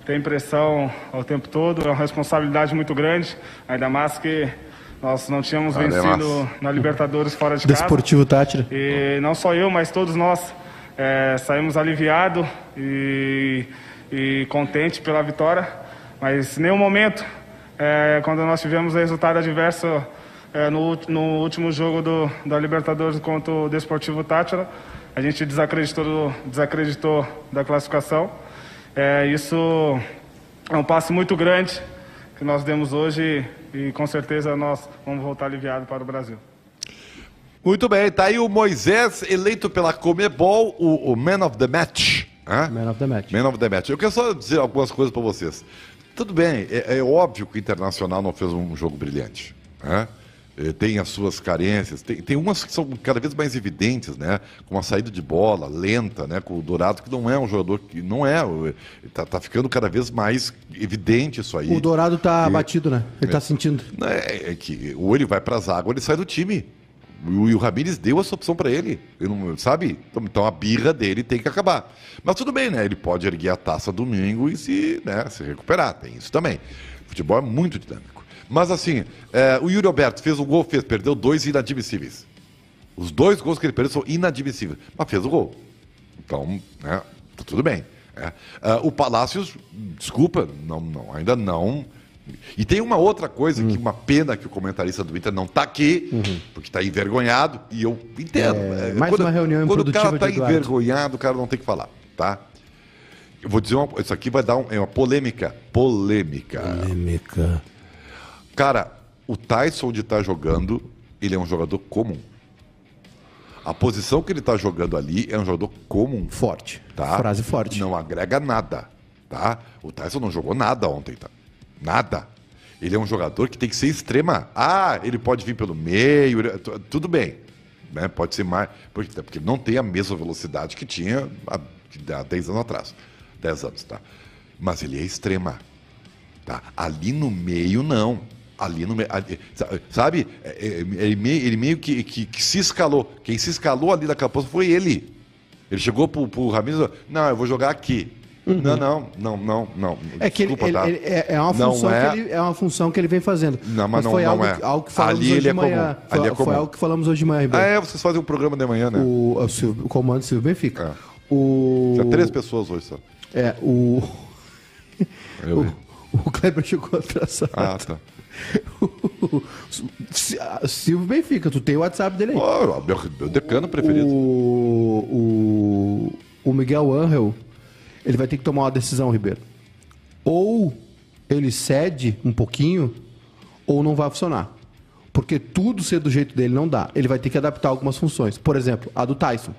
Speaker 5: tem pressão o tempo todo, é uma responsabilidade muito grande, ainda mais que nós não tínhamos
Speaker 2: Además.
Speaker 5: vencido na Libertadores fora de casa.
Speaker 1: Desportivo Tátira.
Speaker 5: E não só eu, mas todos nós eh, saímos aliviados e, e contentes pela vitória. Mas em nenhum momento, eh, quando nós tivemos resultado adverso eh, no, ult- no último jogo do, da Libertadores contra o Desportivo Tátira, a gente desacreditou, do- desacreditou da classificação. Eh, isso é um passo muito grande que nós demos hoje e, e com certeza nós vamos voltar aliviados para o Brasil.
Speaker 2: Muito bem, tá aí o Moisés eleito pela Comebol, o, o Man of the Match. né? Hã?
Speaker 1: Man of the match.
Speaker 2: Man of the Match. é Eu quero só dizer algumas coisas para vocês. Tudo bem, é, é óbvio que o Internacional não fez um jogo brilhante. Né? Eh, Tem as suas carências, tem, tem umas que são cada vez mais evidentes, né? Com a saída de bola lenta, né? Com o Dourado, que não é um jogador que não é, o- tá, tá ficando cada vez mais evidente isso aí.
Speaker 1: O Dourado tá batido, né? Ele tá sentindo.
Speaker 2: É, é que ou ele vai para as águas ou ele sai do time. E o, e o Ramires deu essa opção para ele. Ele não- sabe? Então, então a birra dele tem que acabar. Mas tudo bem, né? Ele pode erguer a taça domingo e se, né, se recuperar. Tem isso também. O futebol é muito dinâmico. Mas assim, é, o Yuri Alberto fez um gol, fez, perdeu dois inadmissíveis. Os dois gols que ele perdeu são inadmissíveis. Mas fez o gol. Então, né, tá tudo bem. né? Ah, o Palácios, desculpa, não, não, ainda não. E tem uma outra coisa
Speaker 1: Hum.
Speaker 2: que uma pena que o comentarista do Inter não tá aqui, porque tá envergonhado, e eu entendo.
Speaker 1: Uhum. É,
Speaker 2: né?
Speaker 1: mais uma reunião
Speaker 2: Quando o cara
Speaker 1: improdutiva
Speaker 2: tá
Speaker 1: de Eduardo.
Speaker 2: envergonhado, o cara não tem que falar, tá? Eu vou dizer uma Isso aqui vai dar um- é uma polêmica. Polêmica.
Speaker 1: Polêmica.
Speaker 2: Cara, o Tyson onde tá jogando, ele é um jogador comum. A posição que ele tá jogando ali é um jogador comum.
Speaker 1: Forte.
Speaker 2: Tá?
Speaker 1: Frase forte.
Speaker 2: Não agrega nada, tá? O Tyson não jogou nada ontem, tá? Nada. Ele é um jogador que tem que ser extrema. Ah, ele pode vir pelo meio, ele- é tu- tudo bem. Né? Pode ser mais. Porque, até porque ele não tem a mesma velocidade que tinha há, há 10 anos atrás. 10 anos, tá? Mas ele é extrema. Tá? Ali no meio, não. Ali no meio. ali- sa- Sabe? É- é- é- Ele meio, ele meio que, que- que se escalou. Quem se escalou ali daquela posição foi ele. Ele chegou pro, pro Ramires e falou: Não, eu vou jogar aqui. Não, não, não, não, não.
Speaker 1: Uhum. É que ele,
Speaker 2: Desculpa,
Speaker 1: ele-
Speaker 2: tá?
Speaker 1: ele- é, é uma
Speaker 2: Não
Speaker 1: função
Speaker 2: é.
Speaker 1: que ele, é uma função que ele vem fazendo.
Speaker 2: Não, mas não-
Speaker 1: foi
Speaker 2: não
Speaker 1: algo,
Speaker 2: é.
Speaker 1: algo que falamos
Speaker 2: Ali
Speaker 1: hoje
Speaker 2: ele
Speaker 1: de
Speaker 2: é
Speaker 1: manhã.
Speaker 2: comum.
Speaker 1: Foi,
Speaker 2: Ali é
Speaker 1: foi
Speaker 2: comum.
Speaker 1: algo que falamos hoje de manhã, Ribeiro.
Speaker 2: Ah, é, vocês fazem um programa de manhã, né?
Speaker 1: o, o Silvio- o comando Silvio Benfica. O,
Speaker 2: Tinha É. três pessoas hoje só.
Speaker 1: É, o.
Speaker 2: Eu vi.
Speaker 1: O, o Kleber chegou atrasado.
Speaker 2: Ah, tá.
Speaker 1: O Si- ah, Silvio Benfica, tu tem o WhatsApp dele aí.
Speaker 2: Oh, meu, meu decano preferido.
Speaker 1: O, o, o Miguel Angel, ele vai ter que tomar uma decisão, Ribeiro. Ou ele cede um pouquinho, ou não vai funcionar. Porque tudo ser do jeito dele não dá. Ele vai ter que adaptar algumas funções. Por exemplo, a do Tyson.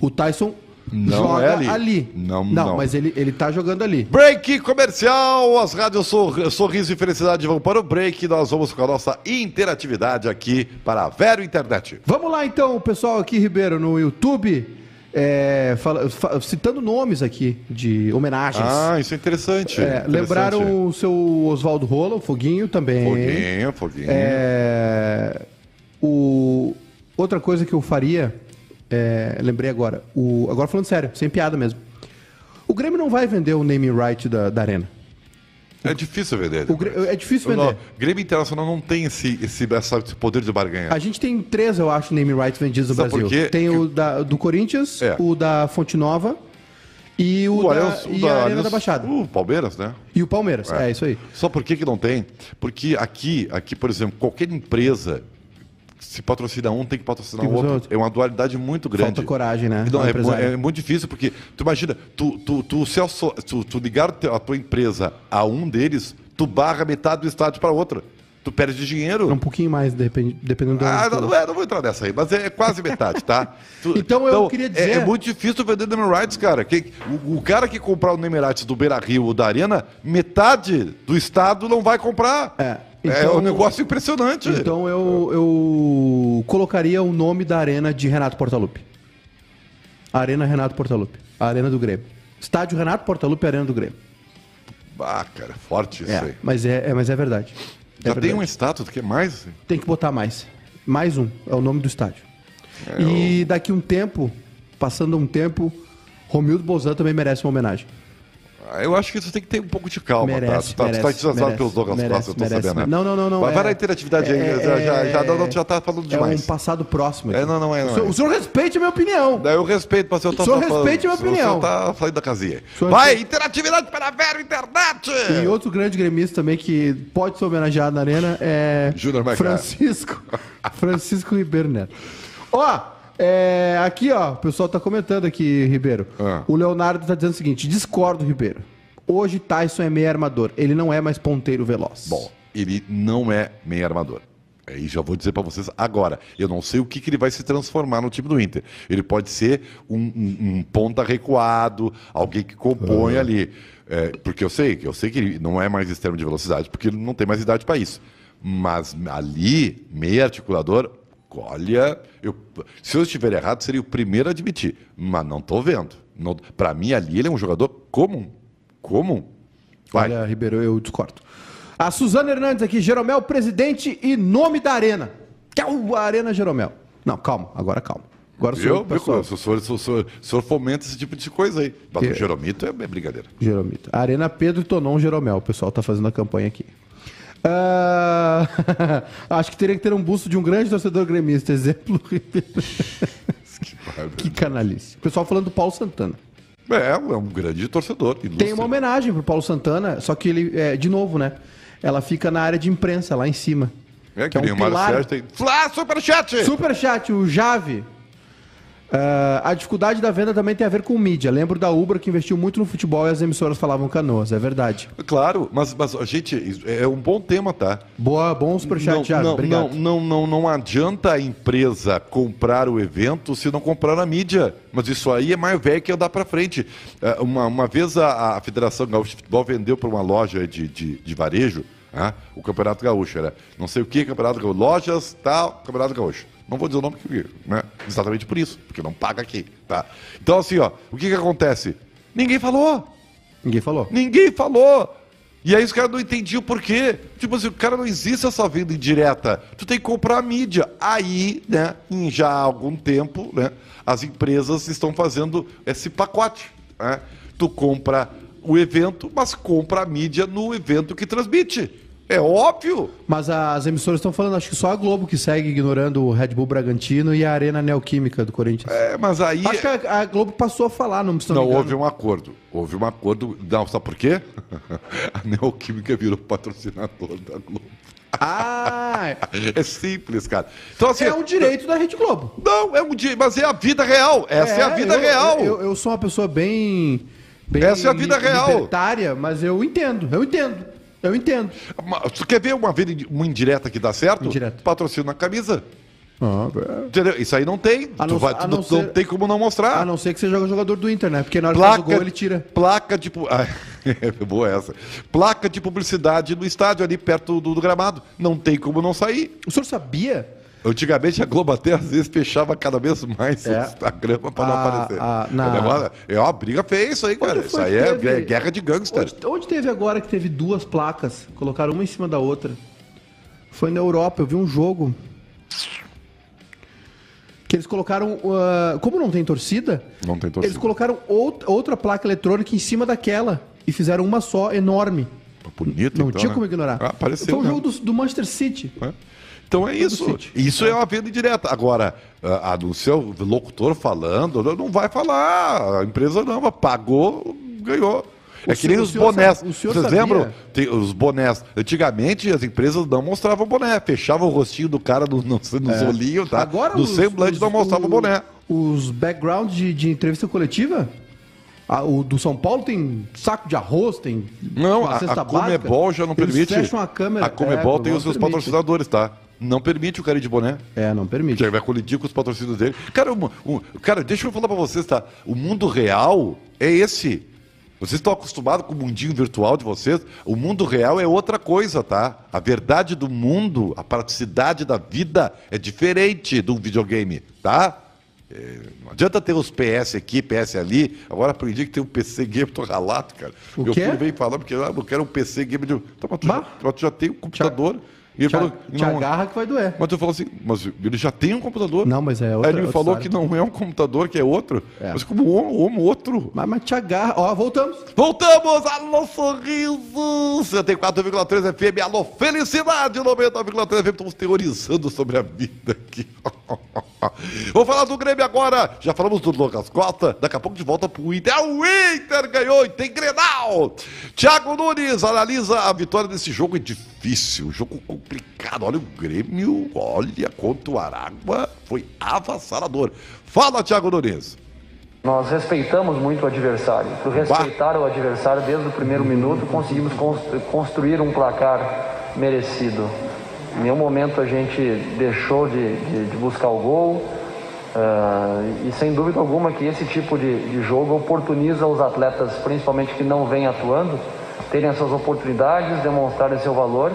Speaker 1: O Tyson
Speaker 2: Não
Speaker 1: joga
Speaker 2: é ali.
Speaker 1: ali.
Speaker 2: Não, não.
Speaker 1: mas ele, ele tá jogando ali.
Speaker 2: Break comercial, as rádios Sor- Sorriso e Felicidade vão para o break. Nós vamos com a nossa interatividade aqui para a Vero Internet.
Speaker 1: Vamos lá então, o pessoal aqui, Ribeiro, no YouTube, é, fala- fa- citando nomes aqui de homenagens.
Speaker 2: Ah, isso é interessante.
Speaker 1: É,
Speaker 2: interessante.
Speaker 1: lembraram o seu Oswaldo Rola, o Foguinho também.
Speaker 2: Foguinho, foguinho.
Speaker 1: É, o, outra coisa que eu faria, é, lembrei agora, o, agora falando sério, sem piada mesmo. O Grêmio não vai vender o naming right da, da Arena.
Speaker 2: É difícil vender.
Speaker 1: O Grê- é difícil
Speaker 2: O
Speaker 1: vender.
Speaker 2: no- Grêmio Internacional não tem esse, esse, essa- esse poder de barganha.
Speaker 1: A gente tem três, eu acho, name rights vendidos no
Speaker 2: Sabe por
Speaker 1: Brasil.
Speaker 2: quê?
Speaker 1: Tem o da- do Corinthians,
Speaker 2: É.
Speaker 1: o da Fonte Nova e o, da,
Speaker 2: Allianz-
Speaker 1: e a Arena
Speaker 2: Allianz-
Speaker 1: da Baixada.
Speaker 2: O Palmeiras, né?
Speaker 1: E o Palmeiras, é, isso aí.
Speaker 2: Só por que, que não tem? Porque aqui, aqui, por exemplo, qualquer empresa se patrocina um, tem que patrocinar
Speaker 1: Tem
Speaker 2: o
Speaker 1: que
Speaker 2: outro.
Speaker 1: outro.
Speaker 2: É uma dualidade muito grande.
Speaker 1: Falta coragem, né,
Speaker 2: Não, é,
Speaker 1: ao
Speaker 2: mu-
Speaker 1: empresário.
Speaker 2: é muito difícil, porque tu imagina, tu, tu, tu, se asso- tu- tu ligar o teu- a tua empresa a um deles, tu barra metade do estádio para outra. Tu perde dinheiro.
Speaker 1: Um pouquinho mais, depen- dependendo do.
Speaker 2: Ah, não, não, é, não vou entrar nessa aí, mas é quase metade, tá? Tu-
Speaker 1: Então eu queria
Speaker 2: é-
Speaker 1: dizer-
Speaker 2: É, muito difícil vender name rights, cara. Quem- o, o cara que comprar o name rights do Beira Rio ou da Arena, metade do estado não vai comprar.
Speaker 1: É,
Speaker 2: é
Speaker 1: então-
Speaker 2: um negócio impressionante.
Speaker 1: Então
Speaker 2: É.
Speaker 1: eu, eu colocaria o nome da arena de Renato Portaluppi. Arena Renato Portaluppi. A Arena do Grêmio. Estádio Renato Portaluppi, Arena do Grêmio.
Speaker 2: Ah, cara, forte isso aí.
Speaker 1: É, mas é, é- mas é verdade. É
Speaker 2: Já tem
Speaker 1: verdade.
Speaker 2: um status do que mais?
Speaker 1: Tem que botar mais. Mais um, é o nome do estádio.
Speaker 2: É,
Speaker 1: E daqui um tempo, passando um tempo, Romildo Bolzan também merece uma homenagem.
Speaker 2: Ah, Eu acho que você tem que ter um pouco de calma,
Speaker 1: merece,
Speaker 2: tá? Tu tá,
Speaker 1: merece,
Speaker 2: tu tá entusiasmado
Speaker 1: merece,
Speaker 2: pelos Douglas
Speaker 1: merece,
Speaker 2: Costa, eu tô
Speaker 1: merece.
Speaker 2: sabendo. né?
Speaker 1: Não, não, não, não.
Speaker 2: Mas vai
Speaker 1: é-
Speaker 2: na interatividade aí,
Speaker 1: é-
Speaker 2: já, já, já, não, não,
Speaker 1: é-
Speaker 2: já tá falando
Speaker 1: É um
Speaker 2: demais.
Speaker 1: passado próximo.
Speaker 2: É, não, não é, não
Speaker 1: o, senhor,
Speaker 2: é.
Speaker 1: o senhor respeite a minha opinião.
Speaker 2: Daí eu respeito, mas eu tô
Speaker 1: O senhor
Speaker 2: falando-
Speaker 1: respeite a minha
Speaker 2: o senhor
Speaker 1: opinião.
Speaker 2: tá saindo da casinha.
Speaker 1: senhor
Speaker 2: Vai, interatividade para a Vera Internet!
Speaker 1: E outro grande gremista também que pode ser homenageado na arena é
Speaker 2: Júnior Macaco.
Speaker 1: Francisco Francisco Ribeiro Neto. Ó, é, aqui ó, o pessoal tá comentando aqui, Ribeiro.
Speaker 2: Ah.
Speaker 1: O Leonardo tá dizendo o seguinte: discordo, Ribeiro. Hoje Tyson é meio armador, ele não é mais ponteiro veloz.
Speaker 2: Bom, ele não é meio armador. Aí já vou dizer pra vocês agora. Eu não sei o que, que ele vai se transformar no time do Inter. Ele pode ser um, um- um ponta recuado, alguém que compõe ali. É, porque eu sei, que eu sei que ele não é mais extremo de velocidade, porque ele não tem mais idade pra isso. Mas ali, meio articulador, olha, eu- se eu estiver errado, seria o primeiro a admitir. Mas não tô vendo. Não, pra mim, ali ele é um jogador comum. Comum. Vai.
Speaker 1: Olha, Ribeiro, eu discordo. A Suzana Hernandes aqui, Jeromel, presidente e nome da arena. Que é o Arena Jeromel. Não, calma, agora calma. Agora sou eu,
Speaker 2: Viu?
Speaker 1: que tá
Speaker 2: Viu,
Speaker 1: pessoal.
Speaker 2: Clóvis? O senhor, o, senhor, o senhor fomenta esse tipo de coisa aí. Mas
Speaker 1: Que-
Speaker 2: o Jeromito é, é brincadeira.
Speaker 1: Jeromito. Arena Pedro e Tonon Jeromel. O pessoal tá fazendo a campanha aqui. Ah, Acho que teria que ter um busto de um grande torcedor gremista. Exemplo, Ribeiro.
Speaker 2: Que bárbaro.
Speaker 1: que canalice. O pessoal falando do Paulo Santana.
Speaker 2: É, é um grande torcedor. ilustre.
Speaker 1: Tem uma homenagem pro Paulo Santana, só que ele, é, de novo, né? Ela fica na área de imprensa, lá em cima. um
Speaker 2: É, que, nem o Mário Sérgio tem. Flá, superchat!
Speaker 1: Superchat, o Jave. Ah, a dificuldade da venda também tem a ver com mídia. Lembro da Ubra que investiu muito no futebol e as emissoras falavam canoas, é verdade.
Speaker 2: Claro, mas, mas, ó, gente, isso é um bom tema, tá?
Speaker 1: Boa, bom superchat, Jave.
Speaker 2: não,
Speaker 1: Obrigado.
Speaker 2: não, não, não, não adianta a empresa comprar o evento se não comprar a mídia. Mas isso aí é mais velho que eu dar para frente. É, Uma, uma vez a, a Federação Gaúcha de Futebol vendeu para uma loja de, de, de varejo ah, o Campeonato Gaúcho. Era não sei o que, Campeonato Gaúcho. Lojas, tal, Campeonato Gaúcho. Não vou dizer o nome, porque, né? exatamente por isso, porque não paga aqui. Tá? Então, assim, ó, o que, que acontece? Ninguém falou.
Speaker 1: Ninguém falou.
Speaker 2: Ninguém falou. E aí os caras não entendiam por quê. Tipo assim, o cara não existe essa venda indireta. Tu tem que comprar a mídia. Aí, né, em já algum tempo, né, as empresas estão fazendo esse pacote. Né? Tu compra o evento, mas compra a mídia no evento que transmite. É óbvio.
Speaker 1: Mas as emissoras estão falando, acho que só a Globo que segue ignorando o Red Bull Bragantino e a Arena Neoquímica do Corinthians.
Speaker 2: É, mas aí.
Speaker 1: Acho que a, a Globo passou a falar, não precisa
Speaker 2: Não, houve um acordo. Houve um acordo. Não, sabe por quê? A Neoquímica virou patrocinador da Globo.
Speaker 1: Ah,
Speaker 2: É simples, cara. Então, assim,
Speaker 1: é um direito da Rede Globo.
Speaker 2: Não, é um dia, mas é a vida real. Essa é, a vida
Speaker 1: eu-
Speaker 2: real.
Speaker 1: Eu, eu sou uma pessoa bem, bem.
Speaker 2: Essa é a vida real.
Speaker 1: Libertária, mas eu entendo, eu entendo. Eu entendo.
Speaker 2: Mas Tu quer ver uma vida indi- uma indireta que dá certo?
Speaker 1: Indireta.
Speaker 2: Patrocina a camisa. Ah, Entendeu? Isso aí não tem.
Speaker 1: A
Speaker 2: tu
Speaker 1: não-
Speaker 2: vai,
Speaker 1: a
Speaker 2: tu
Speaker 1: não
Speaker 2: não,
Speaker 1: ser-
Speaker 2: não tem como não
Speaker 1: A
Speaker 2: mostrar.
Speaker 1: não ser que seja o jogador do Inter, né? Porque na hora que faz o gol, ele tira.
Speaker 2: Placa de. pu- Ah, é boa essa. Placa de publicidade no estádio ali perto do, do gramado. Não tem como não sair.
Speaker 1: O senhor sabia?
Speaker 2: Antigamente a Globo até às vezes fechava cada vez mais
Speaker 1: É.
Speaker 2: o Instagram pra não
Speaker 1: A-
Speaker 2: aparecer.
Speaker 1: a- na-
Speaker 2: É uma- É uma briga feia isso aí, cara.
Speaker 1: Onde
Speaker 2: Isso
Speaker 1: foi
Speaker 2: aí
Speaker 1: que
Speaker 2: é
Speaker 1: teve-
Speaker 2: é guerra de gangster.
Speaker 1: Onde, onde teve agora que teve duas placas, colocaram uma em cima da outra? Foi na Europa, eu vi um jogo. Que eles colocaram. ah, como não tem torcida,
Speaker 2: Não tem torcida.
Speaker 1: eles colocaram out- outra placa eletrônica em cima daquela. E fizeram uma só, enorme.
Speaker 2: Bonito,
Speaker 1: Não
Speaker 2: então,
Speaker 1: tinha
Speaker 2: né?
Speaker 1: como ignorar.
Speaker 2: Ah, apareceu,
Speaker 1: Foi um
Speaker 2: né?
Speaker 1: jogo do, do Manchester City.
Speaker 2: né? Então é isso.
Speaker 1: fit.
Speaker 2: Isso é uma venda indireta. Agora, ah, ah, do seu locutor falando, não vai falar. A empresa não, mas pagou, ganhou.
Speaker 1: O
Speaker 2: é que nem
Speaker 1: senhor-
Speaker 2: os
Speaker 1: o senhor
Speaker 2: bonés.
Speaker 1: sa- o senhor
Speaker 2: Vocês
Speaker 1: sabia?
Speaker 2: lembram? Tem os bonés. Antigamente as empresas não mostravam boné, fechavam o rostinho do cara no, no, nos olhinhos, tá?
Speaker 1: É. Agora
Speaker 2: no
Speaker 1: os-
Speaker 2: semblante
Speaker 1: os-
Speaker 2: não mostrava o boné.
Speaker 1: Os backgrounds de, de entrevista coletiva. a- o do São Paulo tem saco de arroz, tem.
Speaker 2: Não,
Speaker 1: uma
Speaker 2: a,
Speaker 1: cesta
Speaker 2: a
Speaker 1: básica.
Speaker 2: Comebol já não
Speaker 1: Eles
Speaker 2: permite.
Speaker 1: Fecham a câmera.
Speaker 2: a Comebol
Speaker 1: É,
Speaker 2: tem os seus
Speaker 1: permite.
Speaker 2: patrocinadores, tá? Não permite o cara ir de boné.
Speaker 1: É, não permite.
Speaker 2: Já vai colidir com os patrocínios dele. Cara, um- um- cara, deixa eu falar pra vocês, tá? O mundo real é esse. Vocês estão acostumados com o mundinho virtual de vocês. O mundo real é outra coisa, tá? A verdade do mundo, a praticidade da vida é diferente de um videogame, tá? É, não adianta ter os PS aqui, PS ali. Agora aprendi que tem um PC gamer, tô ralado, cara.
Speaker 1: O
Speaker 2: Meu
Speaker 1: quê?
Speaker 2: filho veio falar, porque ah, eu quero um PC gamer. De... Tá, mas, tu
Speaker 1: Bah.
Speaker 2: já, mas tu já tem um computador. e ele
Speaker 1: Te,
Speaker 2: falou,
Speaker 1: te
Speaker 2: não,
Speaker 1: agarra que vai doer.
Speaker 2: mas tu falou assim, mas ele já tem um computador.
Speaker 1: Não, mas é outra-
Speaker 2: Aí ele me
Speaker 1: outra
Speaker 2: falou
Speaker 1: história.
Speaker 2: que não é um computador, que é outro.
Speaker 1: É.
Speaker 2: Mas como um, um outro.
Speaker 1: Mas, mas te agarra. Ó, voltamos.
Speaker 2: Voltamos! Alô, sorriso! 74,3 FM, alô, felicidade! 90,3 FM, estamos teorizando sobre a vida aqui. Vamos falar do Grêmio agora. Já falamos do Lucas Costa, daqui a pouco de volta pro Inter. É, O Inter ganhou e tem Grenal! Thiago Nunes analisa a vitória desse jogo, é difícil, um jogo complicado. Olha o Grêmio, olha quanto o Aragua foi avassalador. Fala, Thiago Nunes!
Speaker 6: Nós respeitamos muito o adversário. Por respeitar o adversário desde o primeiro minuto, conseguimos cons- construir um placar merecido. Em nenhum momento a gente deixou de, de- de buscar o gol. ah, e sem dúvida alguma que esse tipo de, de jogo oportuniza os atletas, principalmente que não vêm atuando, terem essas oportunidades, demonstrarem seu valor.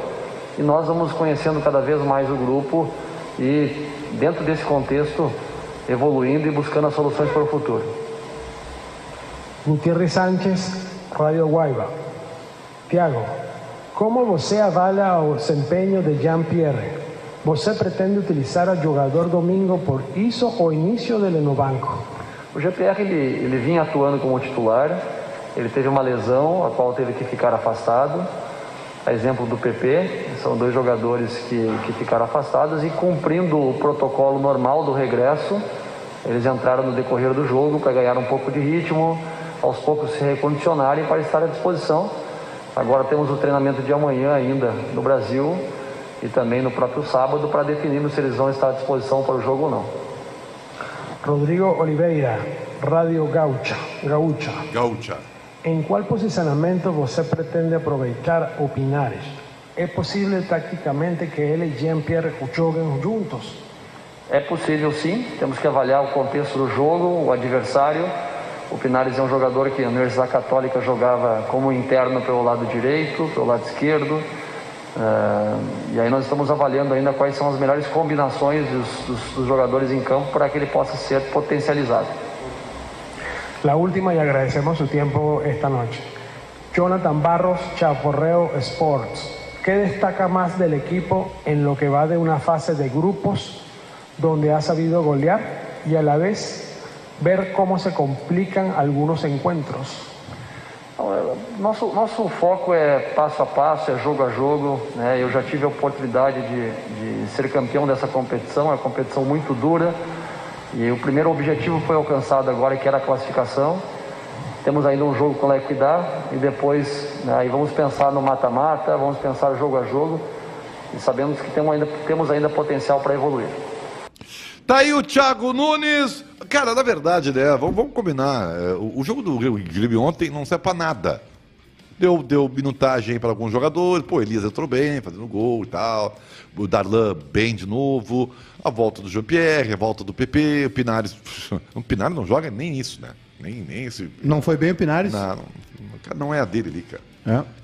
Speaker 6: E nós vamos conhecendo cada vez mais o grupo e, dentro desse contexto, evoluindo e buscando as soluções para o futuro.
Speaker 7: Gutiérrez Sánchez, Radio Guaiba. Tiago, como você avala o desempenho de Jean-Pierre? Você pretende utilizar o jogador domingo por isso ou início dele no banco?
Speaker 6: O GPR ele, ele vinha atuando como titular, ele teve uma lesão, a qual teve que ficar afastado. A exemplo do PP, são dois jogadores que, que ficaram afastados e cumprindo o protocolo normal do regresso, eles entraram no decorrer do jogo para ganhar um pouco de ritmo, aos poucos se recondicionarem para estar à disposição. Agora temos o treinamento de amanhã ainda no Brasil e também no próprio sábado para definirmos se eles vão estar à disposição para o jogo ou não.
Speaker 7: Rodrigo Oliveira, Radio Gaucha. Gaúcha.
Speaker 2: Gaúcha.
Speaker 7: Em qual posicionamento você pretende aproveitar o Pinares? É possível taticamente que ele e Jean-Pierre joguem juntos?
Speaker 6: É possível sim, temos que avaliar o contexto do jogo, o adversário. O Pinares é um jogador que na Universidade Católica jogava como interno pelo lado direito, pelo lado esquerdo. Ah, e aí nós estamos avaliando ainda quais são as melhores combinações dos, dos- dos jogadores em campo para que ele possa ser potencializado.
Speaker 7: La última y agradecemos su tiempo esta noche. Jonathan Barros, Chaporreo Sports. ¿Qué destaca más del equipo en lo que va de una fase de grupos donde ha sabido golear y a la vez ver cómo se complican algunos encuentros?
Speaker 6: Então, é, Nosso, nosso foco é passo a passo, é jogo a jogo. Né? Eu já tive a oportunidade de, de ser campeão dessa competição, é uma competição muito dura. E o primeiro objetivo foi alcançado agora, que era a classificação. Temos ainda um jogo com a Equidad e depois né, aí vamos pensar no mata-mata, vamos pensar jogo a jogo. E sabemos que temos ainda, temos ainda potencial para evoluir.
Speaker 2: Tá aí o Thiago Nunes. Cara, na verdade, né? Vamos, vamos combinar. é, O, o jogo do Grêmio- Grêmio ontem não serve pra nada. Deu, deu minutagem para alguns jogadores. Pô, Elias entrou bem, fazendo gol e tal. O Darlan bem de novo. A volta do Jean-Pierre, a volta do PP. O Pinares. O Pinares não joga nem isso, né? Nem, nem esse.
Speaker 1: Não foi bem o Pinares?
Speaker 2: Não, não, cara, não é a dele ali, cara.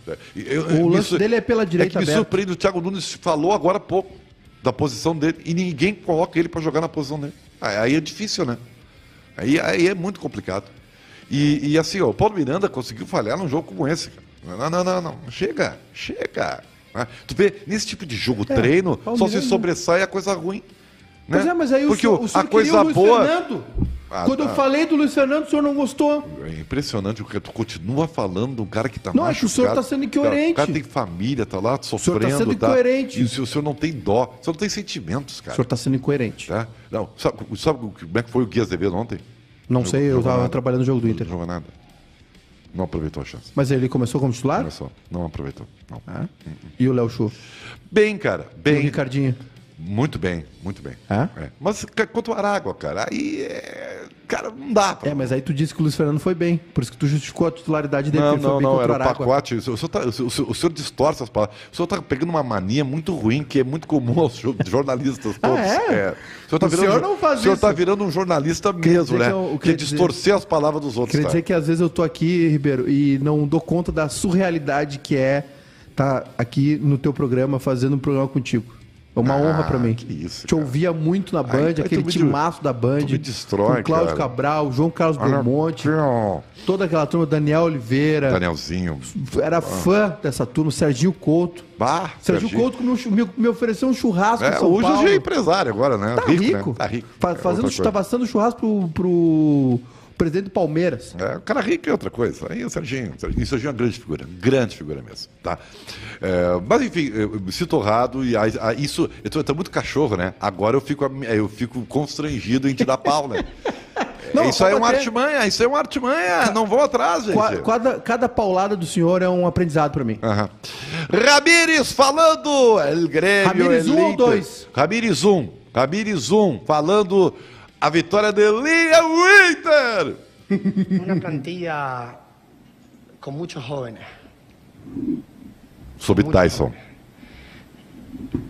Speaker 1: É.
Speaker 2: É, e eu-
Speaker 1: O
Speaker 2: me
Speaker 1: lance
Speaker 2: sur-
Speaker 1: dele é pela direita
Speaker 2: É que me
Speaker 1: aberta.
Speaker 2: surpreende, o Thiago Nunes falou agora há pouco da posição dele e ninguém coloca ele para jogar na posição dele. Aí aí é difícil, né? Aí, aí é muito complicado. E, e assim, ó, o Paulo Miranda conseguiu falhar num jogo como esse. Cara. Não, não, não, não. Chega, chega. né? Tu vê, nesse tipo de jogo,
Speaker 1: É,
Speaker 2: treino,
Speaker 1: Paulo
Speaker 2: só se
Speaker 1: Miranda-
Speaker 2: sobressai a coisa ruim. Né?
Speaker 1: Pois é, mas aí
Speaker 2: Porque
Speaker 1: o senhor, o senhor
Speaker 2: a
Speaker 1: queria
Speaker 2: coisa
Speaker 1: o Luiz
Speaker 2: boa.
Speaker 1: Fernando.
Speaker 2: Ah,
Speaker 1: Quando
Speaker 2: tá.
Speaker 1: eu falei do Luiz Fernando, o senhor não gostou.
Speaker 2: É impressionante o que tu continua falando de um cara que tá
Speaker 1: Não, é que
Speaker 2: machucado.
Speaker 1: o senhor tá sendo incoerente.
Speaker 2: O cara tem família, tá lá
Speaker 1: senhor
Speaker 2: sofrendo.
Speaker 1: tá sendo incoerente.
Speaker 2: E o senhor, o senhor não tem dó. O senhor não tem sentimentos,
Speaker 1: O
Speaker 2: cara.
Speaker 1: senhor está sendo incoerente.
Speaker 2: tá? Não, sabe, sabe o que- como é que foi o Guia Azevedo ontem?
Speaker 1: Não sei, eu
Speaker 2: jogou
Speaker 1: estava
Speaker 2: nada.
Speaker 1: trabalhando no jogo do Inter.
Speaker 2: Não jogou nada. Não aproveitou a chance.
Speaker 1: Mas ele começou como titular?
Speaker 2: Olha só, não aproveitou. Não.
Speaker 1: Ah.
Speaker 2: assim?
Speaker 1: E o Léo Chu?
Speaker 2: Bem, cara,
Speaker 1: E o
Speaker 2: bem.
Speaker 1: Ricardinho?
Speaker 2: Muito bem, muito bem.
Speaker 1: É?
Speaker 2: Mas ca- quanto ao Aragua, cara, aí é. Cara, não dá pra.
Speaker 1: É, mas aí tu disse que o Luiz Fernando foi bem. Por isso que tu justificou a titularidade dele.
Speaker 2: Não,
Speaker 1: porque ele foi
Speaker 2: não,
Speaker 1: bem
Speaker 2: não,
Speaker 1: contra
Speaker 2: era o
Speaker 1: Aragua.
Speaker 2: pacote. O senhor, tá- o, senhor- o senhor- o senhor distorce as palavras. O senhor está pegando uma mania muito ruim, que é muito comum aos jo- jornalistas todos.
Speaker 1: é?
Speaker 2: O senhor, tá
Speaker 1: O
Speaker 2: virando,
Speaker 1: senhor não faz
Speaker 2: O senhor
Speaker 1: isso.
Speaker 2: está virando um jornalista
Speaker 1: dizer
Speaker 2: mesmo, né?
Speaker 1: que eu- eu
Speaker 2: que é
Speaker 1: queria dizer-
Speaker 2: distorcer as palavras dos outros.
Speaker 1: Queria
Speaker 2: tá?
Speaker 1: dizer que às vezes eu tô aqui, Ribeiro, e não dou conta tá da surrealidade que é estar aqui no teu programa, fazendo um programa contigo. É uma
Speaker 2: Ah,
Speaker 1: honra pra mí.
Speaker 2: que isso,
Speaker 1: Te
Speaker 2: cara.
Speaker 1: ouvia muito na Band,
Speaker 2: Aí- aí
Speaker 1: aquele
Speaker 2: tu me
Speaker 1: timaço da Band.
Speaker 2: tu me destrói,
Speaker 1: com Cláudio
Speaker 2: cara. Ah,
Speaker 1: Cabral, João Carlos Del um Monte, É.
Speaker 2: Olha,
Speaker 1: toda aquela turma, Daniel Oliveira.
Speaker 2: Danielzinho.
Speaker 1: Era fã dessa turma, Serginho Couto.
Speaker 2: Ah. Bah,
Speaker 1: Serginho
Speaker 2: Serginho.
Speaker 1: Couto me, me- me ofereceu um churrasco
Speaker 2: É,
Speaker 1: em São
Speaker 2: hoje
Speaker 1: Paulo.
Speaker 2: é empresário agora, né?
Speaker 1: Tá rico.
Speaker 2: Né? Tá rico.
Speaker 1: Fa-
Speaker 2: É
Speaker 1: fazendo,
Speaker 2: outra coisa.
Speaker 1: tá passando churrasco pro, pro presidente do Palmeiras.
Speaker 2: É, o cara rico é outra coisa. Aí o Serginho, Serginho, o Serginho é uma grande figura, grande figura mesmo, tá? É, mas enfim, eu me sinto honrado e aí- aí isso, eu tô, eu tô muito cachorro, né? Agora eu fico, am- eu fico constrangido em te dar pau, né?
Speaker 1: Não,
Speaker 2: isso
Speaker 1: só
Speaker 2: aí é uma
Speaker 1: bater.
Speaker 2: artimanha, isso aí é uma artimanha, não vão atrás, gente.
Speaker 1: Qua- Cada, cada paulada do senhor é um aprendizado pra mim.
Speaker 2: Aham. Ramires falando, El Grêmio.
Speaker 1: Ramires,
Speaker 2: El
Speaker 1: um ou
Speaker 2: Inter.
Speaker 1: dois?
Speaker 2: Ramires 1. Um. Ramires 1 um, falando a vitória de Liga Winter.
Speaker 8: Una plantilla con muchos jóvenes
Speaker 2: Sobre
Speaker 8: Muito
Speaker 2: Tyson.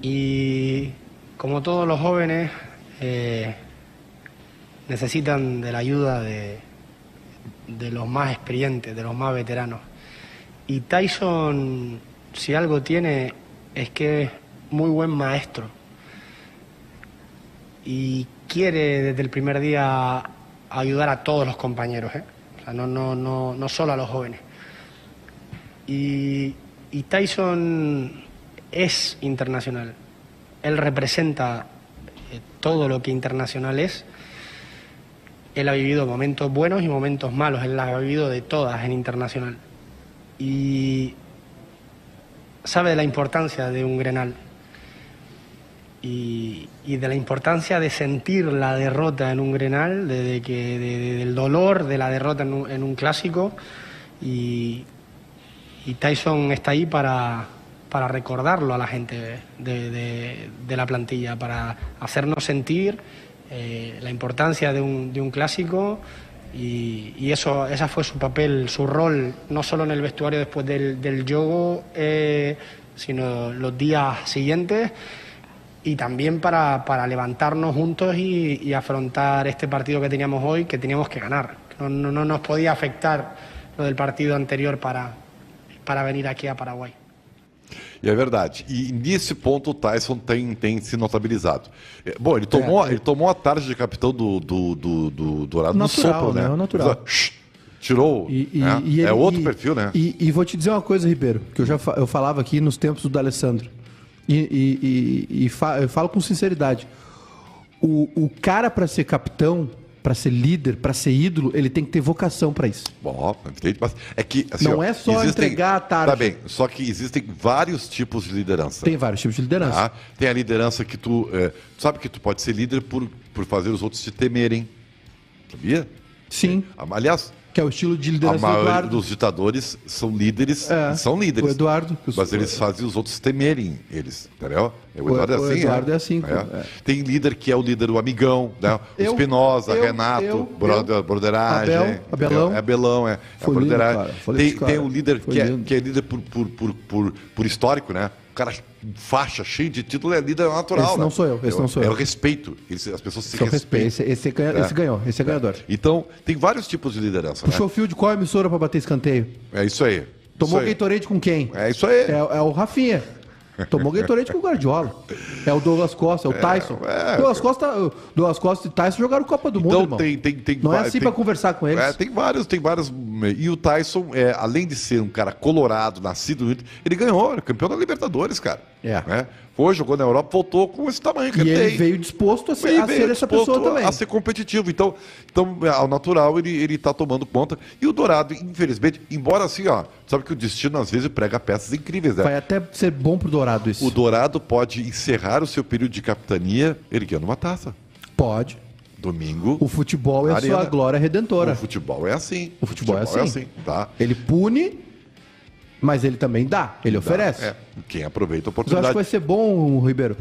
Speaker 8: y como todos los jóvenes eh, necesitan de la ayuda de, de los más experientes, de los más veteranos. Y Tyson, si algo tiene, es que es muy buen maestro y quiere desde el primer día ayudar a todos los compañeros, ¿eh? O sea, no, no, no, no solo a los jóvenes. Y, y Tyson es internacional. Él representa eh, todo lo que internacional es. Él ha vivido momentos buenos y momentos malos. Él las ha vivido de todas en internacional. Y sabe de la importancia de un Grenal. Y, y de la importancia de sentir la derrota en un Grenal, de, de que, de- de- del dolor de la derrota en un- en un clásico. Y, y Tyson está ahí para, para recordarlo a la gente de, de- de la plantilla, para hacernos sentir eh, la importancia de un, de un clásico y, y eso, esa fue su papel, su rol, no solo en el vestuario después del, del yogo, eh, sino los días siguientes y también para, para levantarnos juntos y, y afrontar este partido que teníamos hoy, que teníamos que ganar. No, no- no nos podía afectar lo del partido anterior para, para venir aquí a Paraguay.
Speaker 2: E é verdade. E nesse ponto o Tyson tem, tem se notabilizado. É, Bom, ele tomou, ele tomou a tarde de capitão do, do, do, do Dourado no
Speaker 1: Natural,
Speaker 2: sopro, né?
Speaker 1: né? Natural.
Speaker 2: Shhh, Tirou.
Speaker 1: E- e-
Speaker 2: né?
Speaker 1: e
Speaker 2: é
Speaker 1: ele-
Speaker 2: outro
Speaker 1: e-
Speaker 2: perfil, né?
Speaker 1: E, e vou te dizer uma coisa, Ribeiro, que eu já fa- eu falava aqui nos tempos do D'Alessandro. E, e, e- e fa- eu falo com sinceridade. O, o cara pra ser capitão, pra ser líder, pra ser ídolo, ele tem que ter vocação pra isso.
Speaker 2: Bom, evidente, mas é que. assim,
Speaker 1: Não é só entregar a tarde.
Speaker 2: Tá bem, só que existem vários tipos de liderança.
Speaker 1: Tem vários tipos de liderança.
Speaker 2: tá? Tem a liderança que tu. é, tu sabe que tu pode ser líder por, por fazer os outros te temerem. Sabia?
Speaker 1: Sim,
Speaker 2: Aliás,
Speaker 1: que é o estilo de
Speaker 2: a
Speaker 1: liderança do
Speaker 2: maioria
Speaker 1: Eduardo.
Speaker 2: dos ditadores são líderes.
Speaker 1: É,
Speaker 2: e São líderes.
Speaker 1: o Eduardo.
Speaker 2: Mas eles fazem os outros temerem eles, entendeu? O
Speaker 1: o Eduardo é assim, é.
Speaker 2: né? Tem líder que é o líder, o amigão, né? O
Speaker 1: Eu,
Speaker 2: Espinosa,
Speaker 1: eu,
Speaker 2: Renato,
Speaker 1: eu,
Speaker 2: brother,
Speaker 1: eu.
Speaker 2: broderagem.
Speaker 1: Abel,
Speaker 2: entendeu?
Speaker 1: Abelão.
Speaker 2: É Abelão, é. é
Speaker 1: Foi lindo,
Speaker 2: broderagem.
Speaker 1: cara, foi
Speaker 2: tem,
Speaker 1: lindo, cara.
Speaker 2: tem um líder
Speaker 1: Foi
Speaker 2: que é,
Speaker 1: lindo.
Speaker 2: que é líder por, por, por, por, por histórico, né? O cara faixa, cheio de título, é líder natural.
Speaker 1: Esse não
Speaker 2: né?
Speaker 1: sou eu, esse
Speaker 2: é, o-
Speaker 1: não sou eu.
Speaker 2: É o respeito. Eles- as pessoas se
Speaker 1: Só é respeito.
Speaker 2: respeitam.
Speaker 1: Esse, esse ganha- esse ganhou, esse é ganhador.
Speaker 2: Então, tem vários tipos de liderança, né?
Speaker 1: Puxou o fio de qual emissora pra bater escanteio?
Speaker 2: É isso aí.
Speaker 1: Tomou
Speaker 2: isso aí.
Speaker 1: Gatorade com quem?
Speaker 2: É isso aí.
Speaker 1: É, é o Rafinha. Tomou Gatorade com o Guardiola. É o Douglas Costa, é o Tyson.
Speaker 2: é.
Speaker 1: Douglas, Costa, Douglas Costa e Tyson jogaram Copa do Mundo,
Speaker 2: Então
Speaker 1: irmão.
Speaker 2: tem, tem, tem
Speaker 1: Não é
Speaker 2: va-
Speaker 1: assim
Speaker 2: tem-
Speaker 1: pra conversar com eles.
Speaker 2: É, tem vários, tem vários. né? E o Tyson, é, além de ser um cara colorado, nascido no Inter, ele ganhou, era campeão da Libertadores, cara.
Speaker 1: É.
Speaker 2: Né? Foi, jogou na Europa, voltou com esse tamanho que
Speaker 1: e
Speaker 2: ele,
Speaker 1: ele
Speaker 2: tem.
Speaker 1: veio disposto a ser, a
Speaker 2: veio
Speaker 1: ser essa
Speaker 2: disposto
Speaker 1: pessoa
Speaker 2: a-
Speaker 1: também.
Speaker 2: A ser competitivo. Então, então ao natural, ele, ele tá tomando conta. E o Dourado, infelizmente, embora assim, ó, sabe que o destino às vezes prega peças incríveis, né?
Speaker 1: Vai até ser bom pro Dourado isso.
Speaker 2: O Dourado pode encerrar o seu período de capitania erguendo uma taça.
Speaker 1: Pode.
Speaker 2: Domingo.
Speaker 1: O futebol é a
Speaker 2: Arena.
Speaker 1: sua glória redentora.
Speaker 2: O futebol é assim.
Speaker 1: O futebol é assim.
Speaker 2: tá?
Speaker 1: Ele pune, mas ele também dá. Ele oferece.
Speaker 2: É, quem aproveita a
Speaker 1: Mas eu acho que
Speaker 2: oportunidade.
Speaker 1: vai ser bom, Ribeiro,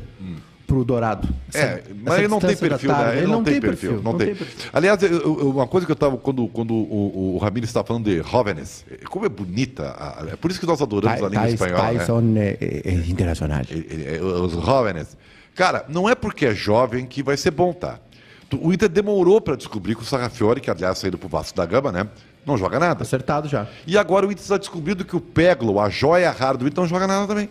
Speaker 1: pro Dourado.
Speaker 2: Hum. É,
Speaker 1: Essa-
Speaker 2: mas
Speaker 1: essa
Speaker 2: ele não tem
Speaker 1: distância da
Speaker 2: perfil,
Speaker 1: tarde.
Speaker 2: né? Ele não tem perfil. Não tem. Aliás, eu- eu- uma coisa que eu tava. Quando, quando o, o Ramiro estava falando de jóvenes, como é bonita. a- a- é por isso que nós adoramos
Speaker 1: Tá,
Speaker 2: a língua espanhola.
Speaker 1: é
Speaker 2: Né?
Speaker 1: um, internacional. Tá
Speaker 2: Eh, eh, Os jóvenes. Cara, não é porque é jovem que vai ser bom, tá? Tu- O Inter demorou para descobrir que o Sarrafiori, que aliás saiu pro Vasco da Gama, né? Não joga nada.
Speaker 1: Acertado já.
Speaker 2: E agora o Inter está descobrindo que o Peglo, a joia rara do Inter, não joga nada também.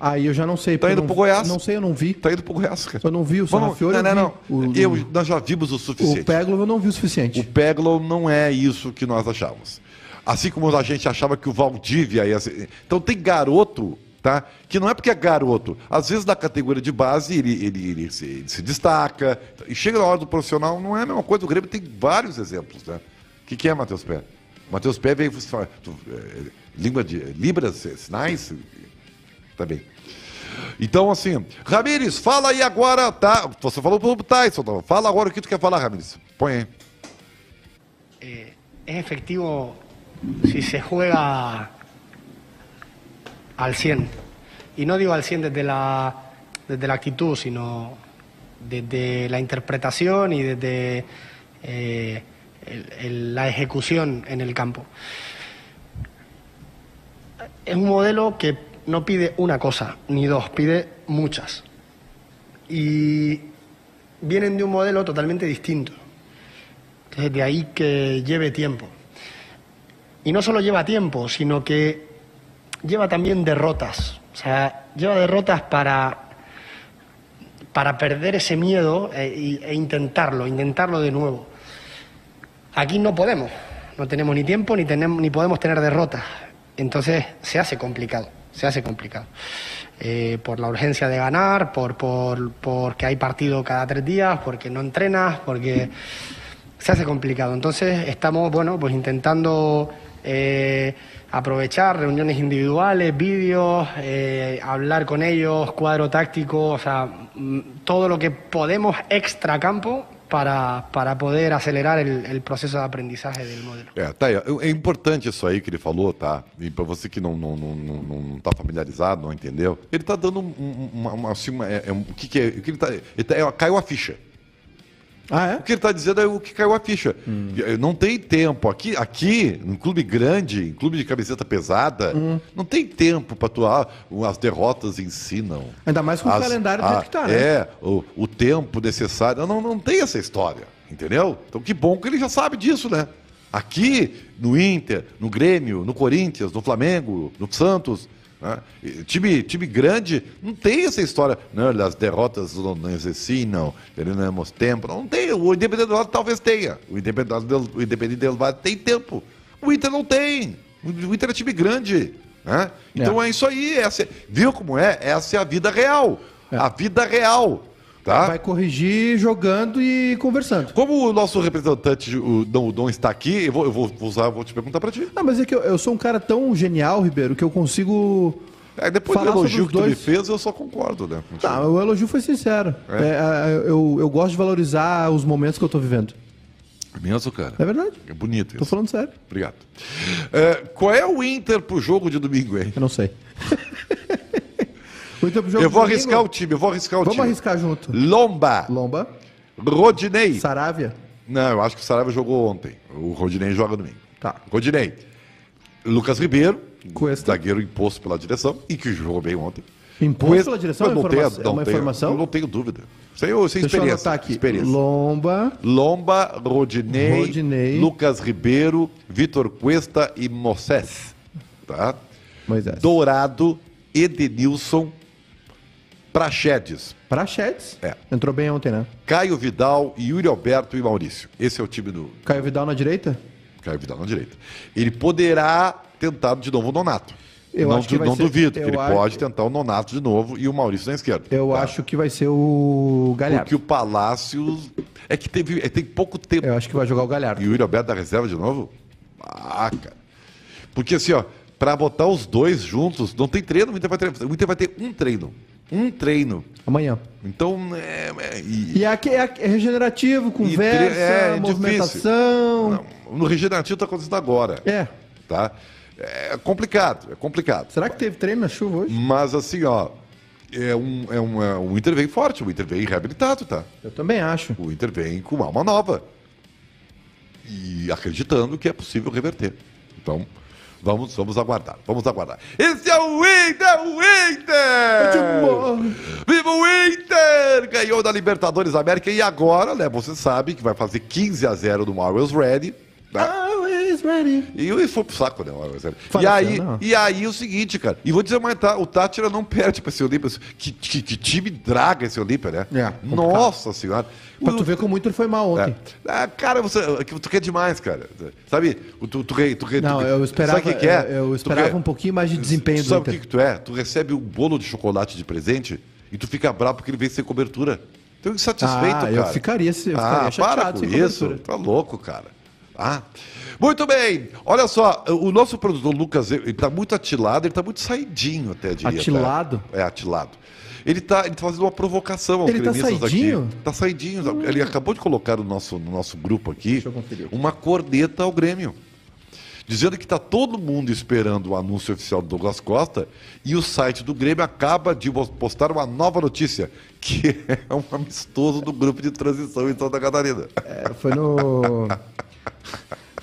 Speaker 1: Aí eu já não sei.
Speaker 2: Tá
Speaker 1: porque
Speaker 2: indo
Speaker 1: eu
Speaker 2: pro
Speaker 1: não,
Speaker 2: Goiás.
Speaker 1: Não sei, eu não vi.
Speaker 2: Tá indo pro Goiás, cara.
Speaker 1: Eu não vi o
Speaker 2: Vamos-
Speaker 1: Sarrafiore,
Speaker 2: Não,
Speaker 1: eu
Speaker 2: não,
Speaker 1: vi
Speaker 2: não.
Speaker 1: o-
Speaker 2: Eu, nós já vimos o
Speaker 1: O
Speaker 2: suficiente.
Speaker 1: Pégolo eu não vi o
Speaker 2: O
Speaker 1: suficiente.
Speaker 2: Peglo não é isso que nós achávamos. Assim como a gente achava que o Valdívia ia ser. Então tem garoto, tá? Que não é porque é garoto. Às vezes na categoria de base ele, ele, ele se, ele se destaca. E chega na hora do profissional, não é a mesma coisa. O Grêmio tem vários exemplos, né? O que, que é Matheus Pé? Matheus Pé veio. fa- tu- eh, Língua de. Libras, eh, sinais? Tá bem. Então, assim, Ramires, fala aí agora, tá? Você falou pro Tyson, tá? fala agora o que tu quer falar, Ramires. Põe aí.
Speaker 8: Eh, es efectivo si se juega al 100. Y no digo al 100 desde la, desde la actitud, sino desde la interpretación y desde eh, el- el- la ejecución en el campo. Es un modelo que no pide una cosa, ni dos, pide muchas. Y vienen de un modelo totalmente distinto. Entonces, de ahí que lleve tiempo. Y no solo lleva tiempo, sino que lleva también derrotas. O sea, lleva derrotas para, para perder ese miedo e, y- e intentarlo, intentarlo de nuevo. Aquí no podemos. No tenemos ni tiempo ni, tenemos, ni podemos tener derrotas. Entonces se hace complicado, se hace complicado. Eh, por la urgencia de ganar, por, por, porque hay partido cada tres días, porque no entrenas, porque se hace complicado. Entonces estamos, bueno, pues intentando eh, aprovechar reuniones individuales, vídeos, eh, hablar con ellos, cuadro táctico, o sea, mm, todo lo que podemos extra campo para, para poder acelerar el, el proceso de aprendizaje del modelo.
Speaker 2: É, tá aí. É importante isso aí que ele falou, tá? E pra você que não, não, não, não, não- não tá familiarizado, não entendeu, ele tá dando um- um- uma, uma, assim, uma- é, é um- o que que é, o que ele tá, ele tá- é, caiu a ficha.
Speaker 1: Ah,
Speaker 2: O
Speaker 1: é?
Speaker 2: que ele está dizendo é o que caiu a ficha. Eh, Não tem tempo. Aqui, aqui, em clube grande, em clube de camiseta pesada, não tem tempo para atuar. As derrotas ensinam.
Speaker 1: Ainda mais com o calendário do jeito que tá, né?
Speaker 2: É, o, o tempo necessário. Não, não tem essa história, entendeu? Então que bom que ele já sabe disso, né? Aqui, no Inter, no Grêmio, no Corinthians, no Flamengo, no Santos. né? E Time, time grande não tem essa história. Não, as derrotas não necessitam, teremos tempo. Não tem. O Independente Del Valle talvez tenha. O Independente Del, o Independente Del Valle tem tempo. O Inter não tem. O Inter é time grande. né? Então é. isso aí. Essa, é- viu como é? Essa é a vida real. A vida real. Tá?
Speaker 1: É. Vai corrigir jogando e conversando.
Speaker 2: Como o nosso representante, o Dom, o Dom está aqui, eu vou, eu vou usar, vou te perguntar para ti.
Speaker 1: Ah, mas é que eu, eu sou um cara tão genial, Ribeiro, que eu consigo.
Speaker 2: Aí depois
Speaker 1: Falar
Speaker 2: do elogio
Speaker 1: sobre
Speaker 2: que
Speaker 1: os
Speaker 2: tu me
Speaker 1: dois.
Speaker 2: fez, eu só concordo, né? contigo.
Speaker 1: Tá, o elogio foi sincero.
Speaker 2: É?
Speaker 1: É, ah, eu, eu gosto de valorizar os momentos que eu tô vivendo.
Speaker 2: Mesmo, cara.
Speaker 1: É verdade.
Speaker 2: É bonito isso.
Speaker 1: Tô falando sério.
Speaker 2: Obrigado. É, qual é o Inter pro jogo de domingo, hein?
Speaker 1: Eu não sei. O Inter pro jogo
Speaker 2: Eu vou
Speaker 1: de domingo.
Speaker 2: arriscar o time, eu vou arriscar o
Speaker 1: Vamos
Speaker 2: time.
Speaker 1: arriscar junto.
Speaker 2: Lomba,
Speaker 1: Lomba,
Speaker 2: Rodinei.
Speaker 1: Saravia.
Speaker 2: Não, eu acho que o Saraiva jogou ontem. O Rodinei joga domingo.
Speaker 1: Tá.
Speaker 2: Rodinei. Lucas Ribeiro,
Speaker 1: Cuesta.
Speaker 2: zagueiro imposto pela direção e que jogou bem ontem.
Speaker 1: Imposto
Speaker 2: Cuesta-
Speaker 1: pela direção é
Speaker 2: Eu não
Speaker 1: uma
Speaker 2: tenho-
Speaker 1: informa- é
Speaker 2: não
Speaker 1: uma
Speaker 2: tenho-
Speaker 1: informação?
Speaker 2: eu não tenho dúvida. Sem, eu- sem
Speaker 1: Deixa eu
Speaker 2: experiência.
Speaker 1: anotar aqui.
Speaker 2: experiência.
Speaker 1: Lomba,
Speaker 2: Lomba, Rodinei,
Speaker 1: Rodinei.
Speaker 2: Lucas Ribeiro, Vitor Cuesta e Moisés. Tá?
Speaker 1: Moisés. Do...
Speaker 2: Dourado, Edenilson, Praxedes,
Speaker 1: Prachetes.
Speaker 2: É.
Speaker 1: Entrou bem ontem, né?
Speaker 2: Caio Vidal, Yuri Alberto e Maurício. Esse é o time do
Speaker 1: Caio Vidal na direita?
Speaker 2: Caio Vidal na direita. Ele poderá tentar de novo o Nonato.
Speaker 1: Eu
Speaker 2: não
Speaker 1: acho que vai
Speaker 2: não
Speaker 1: ser-
Speaker 2: duvido. que
Speaker 1: eu
Speaker 2: Ele
Speaker 1: acho-
Speaker 2: pode tentar o Nonato de novo e o Maurício na esquerda.
Speaker 1: Eu
Speaker 2: Tá?
Speaker 1: acho que vai ser o Galhardo.
Speaker 2: Porque o Palácio. É que teve, é, tem pouco tempo.
Speaker 1: Eu acho que vai jogar o Galhardo.
Speaker 2: E o Yuri Alberto da reserva de novo? Ah, cara. Porque assim, ó, pra botar os dois juntos, não tem treino, o Inter vai, treinar. O Inter vai ter um treino. Um treino.
Speaker 1: Amanhã.
Speaker 2: Então, é. é- e-
Speaker 1: E aqui é, é regenerativo,
Speaker 2: tre-
Speaker 1: conversa,
Speaker 2: é, é
Speaker 1: movimentação.
Speaker 2: não, no regenerativo tá acontecendo agora.
Speaker 1: É.
Speaker 2: Tá? É complicado, é complicado.
Speaker 1: Será que teve treino na chuva hoje?
Speaker 2: Mas assim, ó. É um, é um, é- o Inter vem forte, o Inter vem reabilitado, tá?
Speaker 1: Eu também acho.
Speaker 2: O Inter vem com alma nova. E acreditando que é possível reverter. Então, vamos, vamos aguardar. Vamos aguardar. Esse é o Inter! O Inter! Viva o Inter! Ganhou da Libertadores da América e agora, né? Você sabe que vai fazer 15 a 0 no Always Ready. né?
Speaker 1: Always ready.
Speaker 2: E eu- e foi pro saco, né? olha, sério. E
Speaker 1: Fala
Speaker 2: aí,
Speaker 1: sério, não.
Speaker 2: e aí é o seguinte, cara. E vou dizer mais, tá, o Tátira não perde pra esse Olímpia. Que, que, que time draga esse Olímpia, né?
Speaker 1: É, complicado.
Speaker 2: Nossa senhora.
Speaker 1: Pra
Speaker 2: O-
Speaker 1: tu ver como muito ele foi mal ontem.
Speaker 2: É. Ah, cara, você, que tu quer demais, cara. Sabe? o Tu, tu, re- tu, re-
Speaker 1: Não,
Speaker 2: tu-
Speaker 1: eu esperava,
Speaker 2: sabe o que que é?
Speaker 1: eu- eu
Speaker 2: Tu
Speaker 1: esperava
Speaker 2: re-
Speaker 1: um pouquinho mais de desempenho
Speaker 2: tu
Speaker 1: do
Speaker 2: Sabe o
Speaker 1: Inter.
Speaker 2: que, que tu é? Tu recebe um bolo de chocolate de presente e tu fica bravo porque ele veio sem cobertura. Tu é insatisfeito,
Speaker 1: Ah,
Speaker 2: cara.
Speaker 1: eu ficaria se- eu ficaria
Speaker 2: ah,
Speaker 1: chateado
Speaker 2: para com
Speaker 1: sem
Speaker 2: isso.
Speaker 1: cobertura.
Speaker 2: Tá louco, cara. Ah. Muito bem. Olha só, o nosso produtor Lucas, ele tá muito atilado, ele tá muito saidinho até, diria. tá?
Speaker 1: Atilado?
Speaker 2: É, atilado. Ele tá, ele tá fazendo uma provocação aos
Speaker 1: Ele tá
Speaker 2: gremistas
Speaker 1: saidinho? Hum.
Speaker 2: aqui. Tá saidinho. Ele acabou de colocar no nosso, no nosso grupo aqui
Speaker 1: eu conferir.
Speaker 2: uma corneta ao Grêmio. Dizendo que está todo mundo esperando o anúncio oficial do Douglas Costa e o site do Grêmio acaba de postar uma nova notícia, que é um amistoso do grupo de transição em Santa Catarina.
Speaker 1: É, Foi no.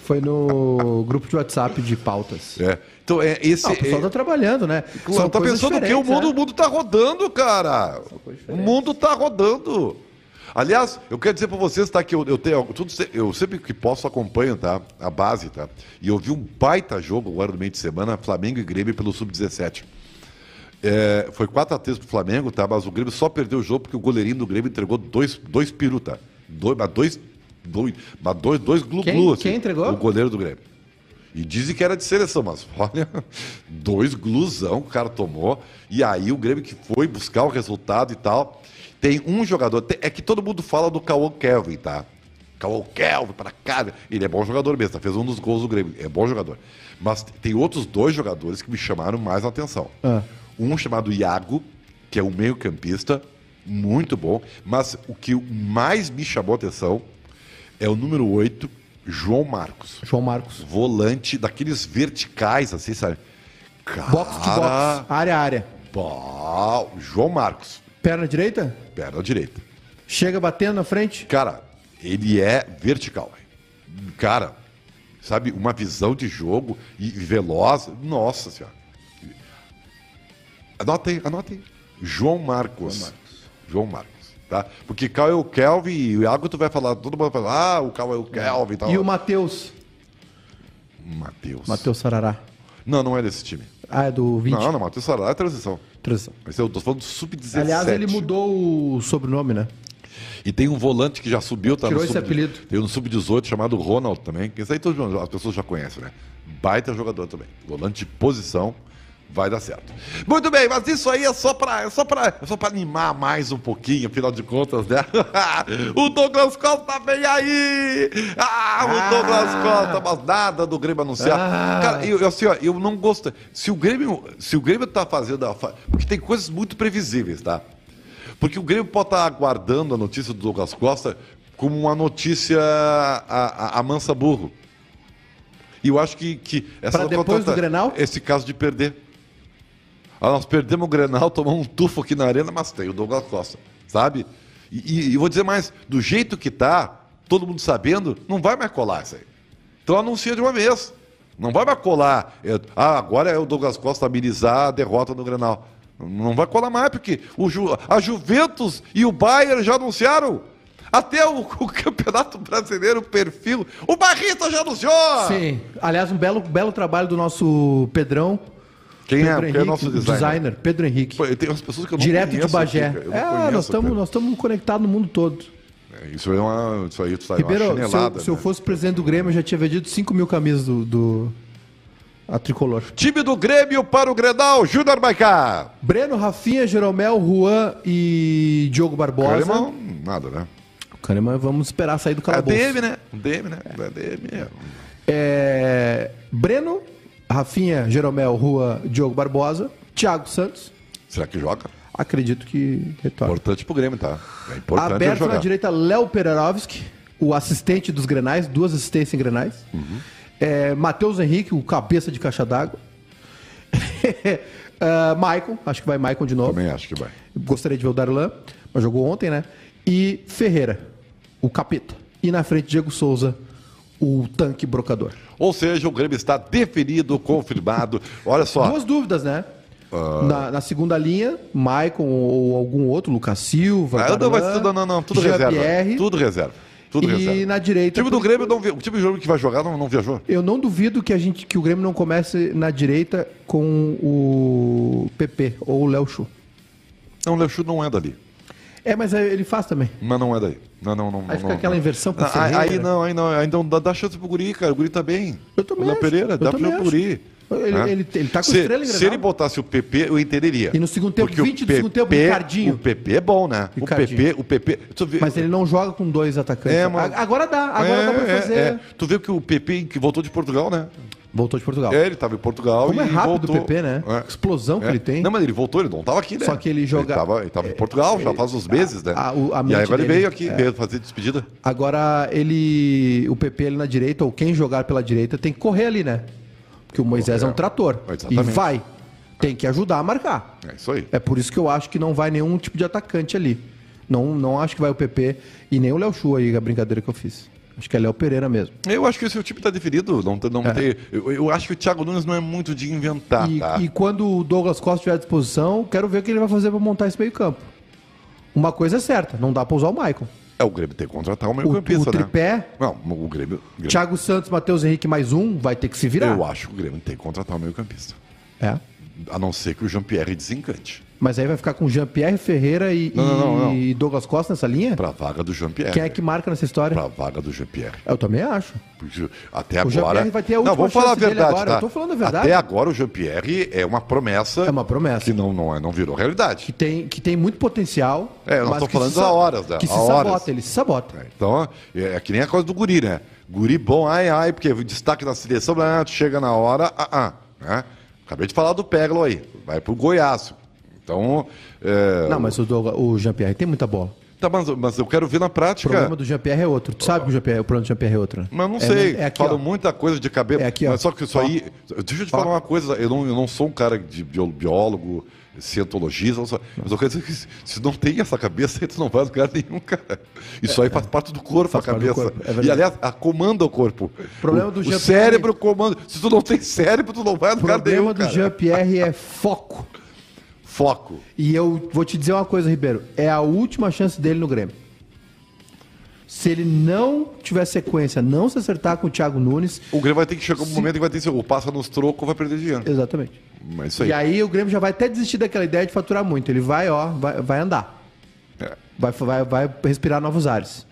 Speaker 1: Foi no grupo de WhatsApp de pautas.
Speaker 2: É. Então, é, esse.
Speaker 1: Ah, o pessoal
Speaker 2: é-
Speaker 1: tá trabalhando, né?
Speaker 2: Claro, tá
Speaker 1: coisas
Speaker 2: pensando que o
Speaker 1: diferentes,
Speaker 2: mundo,
Speaker 1: né?
Speaker 2: o mundo tá rodando, cara. O mundo tá rodando. Aliás, eu quero dizer para vocês, tá, que eu, eu tenho tudo, se- eu sempre que posso acompanho, tá, a base, tá. E eu vi um baita jogo agora no meio de semana, Flamengo e Grêmio pelo sub-17. É, foi 4x3 pro Flamengo, tá? Mas o Grêmio só perdeu o jogo porque o goleirinho do Grêmio entregou dois, dois peru, tá? Dois, mas dois, dois, mas dois, dois glu-glu. assim,
Speaker 1: Quem- quem entregou?
Speaker 2: O goleiro do Grêmio. E dizem que era de seleção, mas olha, dois glusão que o cara tomou. E aí o Grêmio que foi buscar o resultado e tal. Tem um jogador, te- é que todo mundo fala do Cauã Kelvin, tá? Cauã Kelvin para cá. Ele é bom jogador mesmo, tá? fez um dos gols do Grêmio, é bom jogador. Mas tem outros dois jogadores que me chamaram mais a atenção.
Speaker 1: Ah.
Speaker 2: Um chamado Iago, que é um meio-campista, muito bom. Mas o que mais me chamou a atenção é o número 8, João Marcos
Speaker 1: João Marcos.
Speaker 2: volante daqueles verticais, assim, sabe? Cara,
Speaker 1: Box to
Speaker 2: Ah.
Speaker 1: box. Área a área.
Speaker 2: pau. João Marcos,
Speaker 1: Perna direita?
Speaker 2: perna direita.
Speaker 1: Chega batendo na frente.
Speaker 2: Cara, ele é vertical. Cara, sabe, uma visão de jogo e e veloz. Nossa senhora. Anota aí, anota aí. João Marcos. João Marcos. tá? Porque Cal é o Kelvin e o Iago tu vai falar, todo mundo vai falar, ah, o Cal é o Kelvin e tal.
Speaker 1: E o Matheus.
Speaker 2: Matheus.
Speaker 1: Matheus Sarará.
Speaker 2: Não, não é desse time.
Speaker 1: Ah, é do 20.
Speaker 2: Não, não, Matheus Sará é transição.
Speaker 1: Transição.
Speaker 2: Mas eu tô falando do sub-17.
Speaker 1: Aliás, ele mudou o sobrenome, né?
Speaker 2: E tem um volante que já subiu, tá
Speaker 1: Tirou
Speaker 2: no
Speaker 1: esse
Speaker 2: sub-
Speaker 1: apelido.
Speaker 2: Tem um sub-18 chamado Ronald também. que Esse aí todos, as pessoas já conhecem, né? Baita jogador também. Volante de posição. Vai dar certo. Muito bem, mas isso aí é só pra, é só pra, é só pra animar mais um pouquinho, afinal de contas, né? o Douglas Costa vem aí! Ah, o Douglas Costa, mas nada do Grêmio anunciar.
Speaker 1: Ah.
Speaker 2: Cara, eu, eu, assim, ó, eu não gosto. Se o Grêmio, se o Grêmio tá fazendo. a fa- Porque tem coisas muito previsíveis, tá? Porque o Grêmio pode estar aguardando a notícia do Douglas Costa como uma notícia a, a- a mansa burro. E eu acho que, que essa
Speaker 1: Pra depois do Grenal?
Speaker 2: esse caso de perder. Ah, nós perdemos o Grenal, tomamos um tufo aqui na arena, mas tem o Douglas Costa, sabe? E, e- e vou dizer mais, do jeito que tá, todo mundo sabendo, não vai mais colar isso aí. Então anuncia de uma vez. Não vai mais colar. é, ah, agora é o Douglas Costa amenizar a derrota no Grenal. Não vai colar mais, porque o Ju- a Juventus e o Bayern já anunciaram. Até o, o Campeonato Brasileiro, o perfil. O Barrita já anunciou!
Speaker 1: Sim. Aliás, um belo, belo trabalho do nosso Pedrão.
Speaker 2: Quem é?
Speaker 1: Pedro
Speaker 2: Quem é nosso designer?
Speaker 1: Pedro Henrique.
Speaker 2: Pô, tem umas pessoas que eu não
Speaker 1: Direto
Speaker 2: conheço
Speaker 1: de Bagé.
Speaker 2: aqui, cara. Eu não
Speaker 1: é,
Speaker 2: conheço,
Speaker 1: nós estamos
Speaker 2: cara.
Speaker 1: nós estamos conectados no mundo todo.
Speaker 2: É, Isso aí é uma. Isso aí tu tá
Speaker 1: Ribeiro,
Speaker 2: uma
Speaker 1: se eu,
Speaker 2: chinelada.
Speaker 1: se eu
Speaker 2: né?
Speaker 1: fosse presidente do Grêmio, eu já tinha vendido 5 mil camisas do, do- a tricolor.
Speaker 2: Time do Grêmio para o Grenal, Júnior Maicá.
Speaker 1: Breno, Rafinha, Jeromel, Juan e Diogo Barbosa.
Speaker 2: Alemão, nada, né?
Speaker 1: Kahneman, vamos esperar sair do
Speaker 2: É
Speaker 1: calabouço.
Speaker 2: DM, né? DM, né? É DM. é.
Speaker 1: É, Breno, Rafinha, Jeromel, Juan, Diogo Barbosa, Thiago Santos.
Speaker 2: Será que joga?
Speaker 1: Acredito que retorna.
Speaker 2: Importante pro Grêmio, tá? É importante ele
Speaker 1: Aberto
Speaker 2: jogar.
Speaker 1: na direita, Léo Pererovski, o assistente dos Grenais, duas assistências em Grenais.
Speaker 2: Uhum.
Speaker 1: É, Matheus Henrique, o cabeça de caixa d'água. Ah, Maicon, acho que vai Maicon de novo.
Speaker 2: Também acho que vai.
Speaker 1: Gostaria de ver o Darlan, mas jogou ontem, né? E Ferreira, o capeta. E na frente, Diego Souza, o tanque brocador.
Speaker 2: Ou seja, o Grêmio está definido, confirmado. Olha só.
Speaker 1: Duas dúvidas, né? Na, na segunda linha, Maicon ou algum outro, Lucas Silva.
Speaker 2: Ah, eu não,
Speaker 1: Darlan,
Speaker 2: vai ser- não, não, não, tudo reserva.
Speaker 1: Jean-Pierre.
Speaker 2: Tudo reserva. Tudo
Speaker 1: e
Speaker 2: reserva.
Speaker 1: na direita.
Speaker 2: O time do
Speaker 1: por-
Speaker 2: Grêmio, não, vi- o time do Grêmio que vai jogar não, não viajou.
Speaker 1: Eu não duvido que, a gente, que o Grêmio não comece na direita com o PP ou o Léo Chu.
Speaker 2: Não, o Lechute não é dali.
Speaker 1: É, mas é- ele faz também.
Speaker 2: Mas não é daí. Não, não, não.
Speaker 1: Aí fica
Speaker 2: não,
Speaker 1: aquela
Speaker 2: não.
Speaker 1: inversão com o
Speaker 2: Ah, aí,
Speaker 1: Ferreira.
Speaker 2: aí não, aí não. Aí não dá, dá chance pro Guri, cara. O Guri tá bem.
Speaker 1: Eu também
Speaker 2: O Léo
Speaker 1: acho,
Speaker 2: Pereira,
Speaker 1: eu
Speaker 2: dá
Speaker 1: também
Speaker 2: pro
Speaker 1: acho.
Speaker 2: Guri.
Speaker 1: Ele-
Speaker 2: né?
Speaker 1: ele- ele tá com
Speaker 2: se,
Speaker 1: estrela em
Speaker 2: Se
Speaker 1: Grenal.
Speaker 2: ele botasse o PP, eu entenderia.
Speaker 1: E no segundo tempo,
Speaker 2: Porque o
Speaker 1: 20 do segundo tempo,
Speaker 2: PP
Speaker 1: Ricardinho.
Speaker 2: O PP é bom, né?
Speaker 1: Ricardinho.
Speaker 2: O PP, o PP. tu vê-
Speaker 1: Mas ele não joga com dois atacantes.
Speaker 2: É, mas-
Speaker 1: A- Agora dá, agora
Speaker 2: É,
Speaker 1: dá pra
Speaker 2: é,
Speaker 1: fazer.
Speaker 2: é. Tu viu que o PP que voltou de Portugal, né?
Speaker 1: Voltou de Portugal.
Speaker 2: É, ele tava em Portugal
Speaker 1: Ah. Como
Speaker 2: e
Speaker 1: é rápido
Speaker 2: voltou.
Speaker 1: o PP, né?
Speaker 2: É.
Speaker 1: Explosão que
Speaker 2: É.
Speaker 1: ele tem.
Speaker 2: Não, mas ele voltou, ele não tava aqui, né?
Speaker 1: Só que ele joga- É,
Speaker 2: Ele tava, ele tava em Portugal já faz uns meses, né?
Speaker 1: a- o- a
Speaker 2: e
Speaker 1: mente
Speaker 2: aí agora ele
Speaker 1: dele,
Speaker 2: veio aqui,
Speaker 1: é.
Speaker 2: veio fazer despedida.
Speaker 1: Agora ele. O PP ali na direita, ou quem jogar pela direita, tem que correr ali, né? Porque o Moisés é um trator.
Speaker 2: Exatamente.
Speaker 1: E vai. Tem que ajudar a marcar.
Speaker 2: É isso aí.
Speaker 1: É por isso que eu acho que não vai nenhum tipo de atacante ali. Não, não acho que vai o PP e nem o Léo Chu aí, a brincadeira que eu fiz. Acho que é Léo Pereira mesmo.
Speaker 2: Eu acho que esse time tá definido. Não, tem- não
Speaker 1: É.
Speaker 2: tem, eu, eu acho que o Thiago Nunes não é muito de inventar,
Speaker 1: e,
Speaker 2: tá?
Speaker 1: e quando o Douglas Costa estiver à disposição, quero ver o que ele vai fazer pra montar esse meio-campo. Uma coisa é certa, não dá pra usar o Maicon.
Speaker 2: É, o Grêmio tem que contratar um meio
Speaker 1: O,
Speaker 2: campista,
Speaker 1: o
Speaker 2: né?
Speaker 1: tripé,
Speaker 2: Não, o Grêmio... o Grêmio-
Speaker 1: Thiago Santos, Matheus Henrique mais um, vai ter que se virar.
Speaker 2: eu acho que o Grêmio tem que contratar um meio campista.
Speaker 1: É.
Speaker 2: A não ser que o Jean-Pierre desencante.
Speaker 1: Mas aí vai ficar com Jean-Pierre Ferreira e,
Speaker 2: Não, não, não, não.
Speaker 1: e Douglas Costa nessa linha?
Speaker 2: Pra vaga do Jean-Pierre.
Speaker 1: Quem é que marca nessa história?
Speaker 2: Pra vaga do Jean-Pierre.
Speaker 1: Eu também acho.
Speaker 2: Porque Até
Speaker 1: O
Speaker 2: agora.
Speaker 1: Jean-Pierre vai ter a última
Speaker 2: não, vamos falar a
Speaker 1: chance dele
Speaker 2: verdade.
Speaker 1: agora,
Speaker 2: tá?
Speaker 1: eu tô falando a verdade.
Speaker 2: Até agora o Jean-Pierre é uma promessa.
Speaker 1: É uma promessa.
Speaker 2: Que não, não, é- não virou realidade.
Speaker 1: Que tem, que tem muito potencial.
Speaker 2: É, nós
Speaker 1: mas
Speaker 2: tô
Speaker 1: que
Speaker 2: falando
Speaker 1: se sa-
Speaker 2: há horas, né?
Speaker 1: Que se
Speaker 2: Há
Speaker 1: sabota,
Speaker 2: horas.
Speaker 1: ele se sabota.
Speaker 2: Então, é, é que nem a coisa do guri, né? Guri bom, ai, ai, porque o destaque da seleção, ah, tu chega na hora, ah, ah. Né? Acabei de falar do Peglo aí. Vai pro Goiás. Então. é,
Speaker 1: Não, mas o, Douglas- o Jean-Pierre tem muita bola.
Speaker 2: tá, mas, mas eu quero ver na
Speaker 1: O
Speaker 2: prática.
Speaker 1: problema do Jean-Pierre é outro. Tu sabe que o, Jean-Pierre, o problema do Jean-Pierre é outro. né?
Speaker 2: Mas não
Speaker 1: É
Speaker 2: sei, um
Speaker 1: mesmo- É aqui,
Speaker 2: falam
Speaker 1: ó.
Speaker 2: muita coisa de cabelo.
Speaker 1: É aqui, ó.
Speaker 2: Mas só que isso
Speaker 1: Ó.
Speaker 2: aí. Deixa eu te falar uma coisa, eu não, eu não sou um cara de bio- biólogo, cientologista, não sou- mas eu quero dizer que se- se não tem essa cabeça, aí tu não vai a lugar nenhum, cara. Isso aí faz parte do corpo,
Speaker 1: É, Faz
Speaker 2: a
Speaker 1: parte do
Speaker 2: cabeça.
Speaker 1: corpo, é verdade.
Speaker 2: e aliás, a comanda o corpo.
Speaker 1: Problema
Speaker 2: o,
Speaker 1: do
Speaker 2: o
Speaker 1: Jean-Pierre.
Speaker 2: cérebro comanda. Se tu não tem cérebro, tu não vai a
Speaker 1: O
Speaker 2: lugar
Speaker 1: problema
Speaker 2: nenhum.
Speaker 1: do
Speaker 2: Cara.
Speaker 1: Jean-Pierre é foco.
Speaker 2: Foco.
Speaker 1: E eu vou te dizer uma coisa, Ribeiro. É a última chance dele no Grêmio. Se ele não tiver sequência, não se acertar com o Thiago Nunes.
Speaker 2: O Grêmio vai ter que chegar um momento que vai ter que ser, ou passa nos trocos, vai perder dinheiro.
Speaker 1: Exatamente.
Speaker 2: Mas isso aí.
Speaker 1: E aí o Grêmio já vai até desistir daquela ideia de faturar muito. Ele vai, ó, vai, vai andar.
Speaker 2: É.
Speaker 1: Vai, vai, vai respirar novos ares.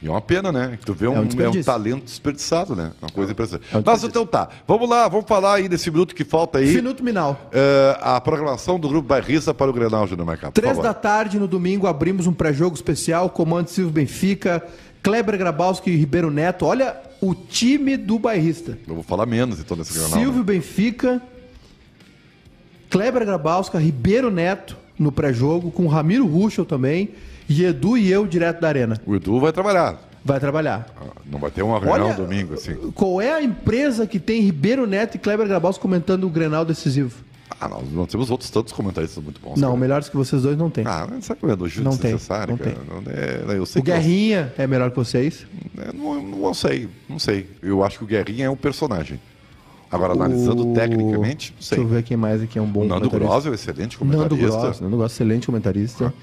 Speaker 2: E é uma pena, né? Que tu vê um, é um,
Speaker 1: desperdício.
Speaker 2: talento desperdiçado, né? Uma coisa impressionante.
Speaker 1: É um
Speaker 2: Mas
Speaker 1: desperdício.
Speaker 2: então tá, vamos lá, vamos falar aí desse minuto que falta aí.
Speaker 1: Minuto Minal.
Speaker 2: eh, a programação do Grupo Bairrista para o Grenal, Júnior Marcão. por
Speaker 1: Três
Speaker 2: favor.
Speaker 1: da tarde no domingo abrimos um pré-jogo especial, comando Silvio Benfica, Kleber Grabowski e Ribeiro Neto. Olha o time do bairrista.
Speaker 2: Eu vou falar menos então desse Grenal.
Speaker 1: Silvio
Speaker 2: né?
Speaker 1: Benfica, Kleber Grabowska, Ribeiro Neto no pré-jogo, com Ramiro Ruschel também, e Edu e eu direto da arena.
Speaker 2: O Edu vai trabalhar.
Speaker 1: Vai trabalhar.
Speaker 2: Ah, Não vai ter uma reunião
Speaker 1: Olha-
Speaker 2: domingo, assim.
Speaker 1: Qual é a empresa que tem Ribeiro Neto e Kleber Grabowski comentando o Grenal decisivo?
Speaker 2: Ah, nós, nós temos outros tantos comentaristas muito bons.
Speaker 1: Não,
Speaker 2: cara.
Speaker 1: melhores que vocês dois não tem.
Speaker 2: Ah, mas sabe como é elogio
Speaker 1: Não tem,
Speaker 2: desnecessário,
Speaker 1: não
Speaker 2: cara?
Speaker 1: tem.
Speaker 2: Não é, eu sei
Speaker 1: o
Speaker 2: que eu-
Speaker 1: Guerrinha é melhor que vocês.
Speaker 2: é, não, não sei, não sei. Eu acho que o Guerrinha é um personagem. Agora, analisando
Speaker 1: O-
Speaker 2: tecnicamente, não sei.
Speaker 1: Deixa eu ver quem mais aqui é um bom
Speaker 2: O Nando
Speaker 1: comentarista.
Speaker 2: Gross é um excelente
Speaker 1: Nando
Speaker 2: comentarista.
Speaker 1: Gross. Nando Gross, excelente comentarista.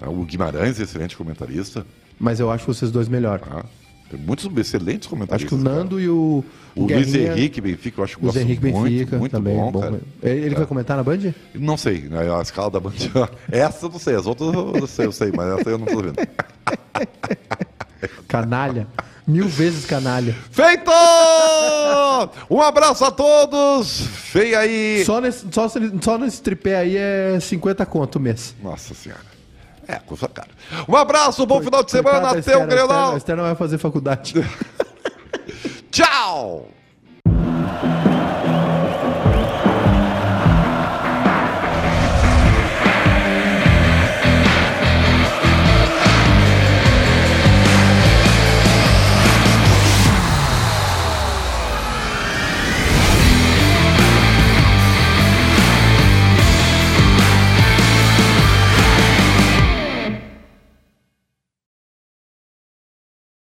Speaker 2: Ah, O Guimarães é excelente comentarista.
Speaker 1: Mas eu acho vocês dois melhor.
Speaker 2: Ah, Tem muitos excelentes
Speaker 1: acho que
Speaker 2: comentaristas.
Speaker 1: o Nando e o,
Speaker 2: cara. O Luiz
Speaker 1: Guerrinha-
Speaker 2: Henrique Benfica, eu acho que
Speaker 1: Luiz
Speaker 2: gosto
Speaker 1: Henrique
Speaker 2: muito,
Speaker 1: Benfica
Speaker 2: muito
Speaker 1: também.
Speaker 2: bom,
Speaker 1: bom.
Speaker 2: cara. É, Ah.
Speaker 1: Ele, ele vai comentar na Band?
Speaker 2: Não sei, né, a escala da bandeira. Essa eu não sei, as outras eu eu sei, eu sei, mas essa eu não tô vendo.
Speaker 1: Canalha. Mil vezes canalha.
Speaker 2: Feito! Um abraço a todos! Vem aí!
Speaker 1: Só nesse, só, se- só nesse tripé aí é 50 conto o mês.
Speaker 2: Nossa senhora. É, com sua cara. Um abraço, bom final de semana,
Speaker 1: Coitada da
Speaker 2: até o
Speaker 1: Esther, a Esther-
Speaker 2: Grenal!
Speaker 1: A Esther não vai fazer faculdade.
Speaker 2: Tchau!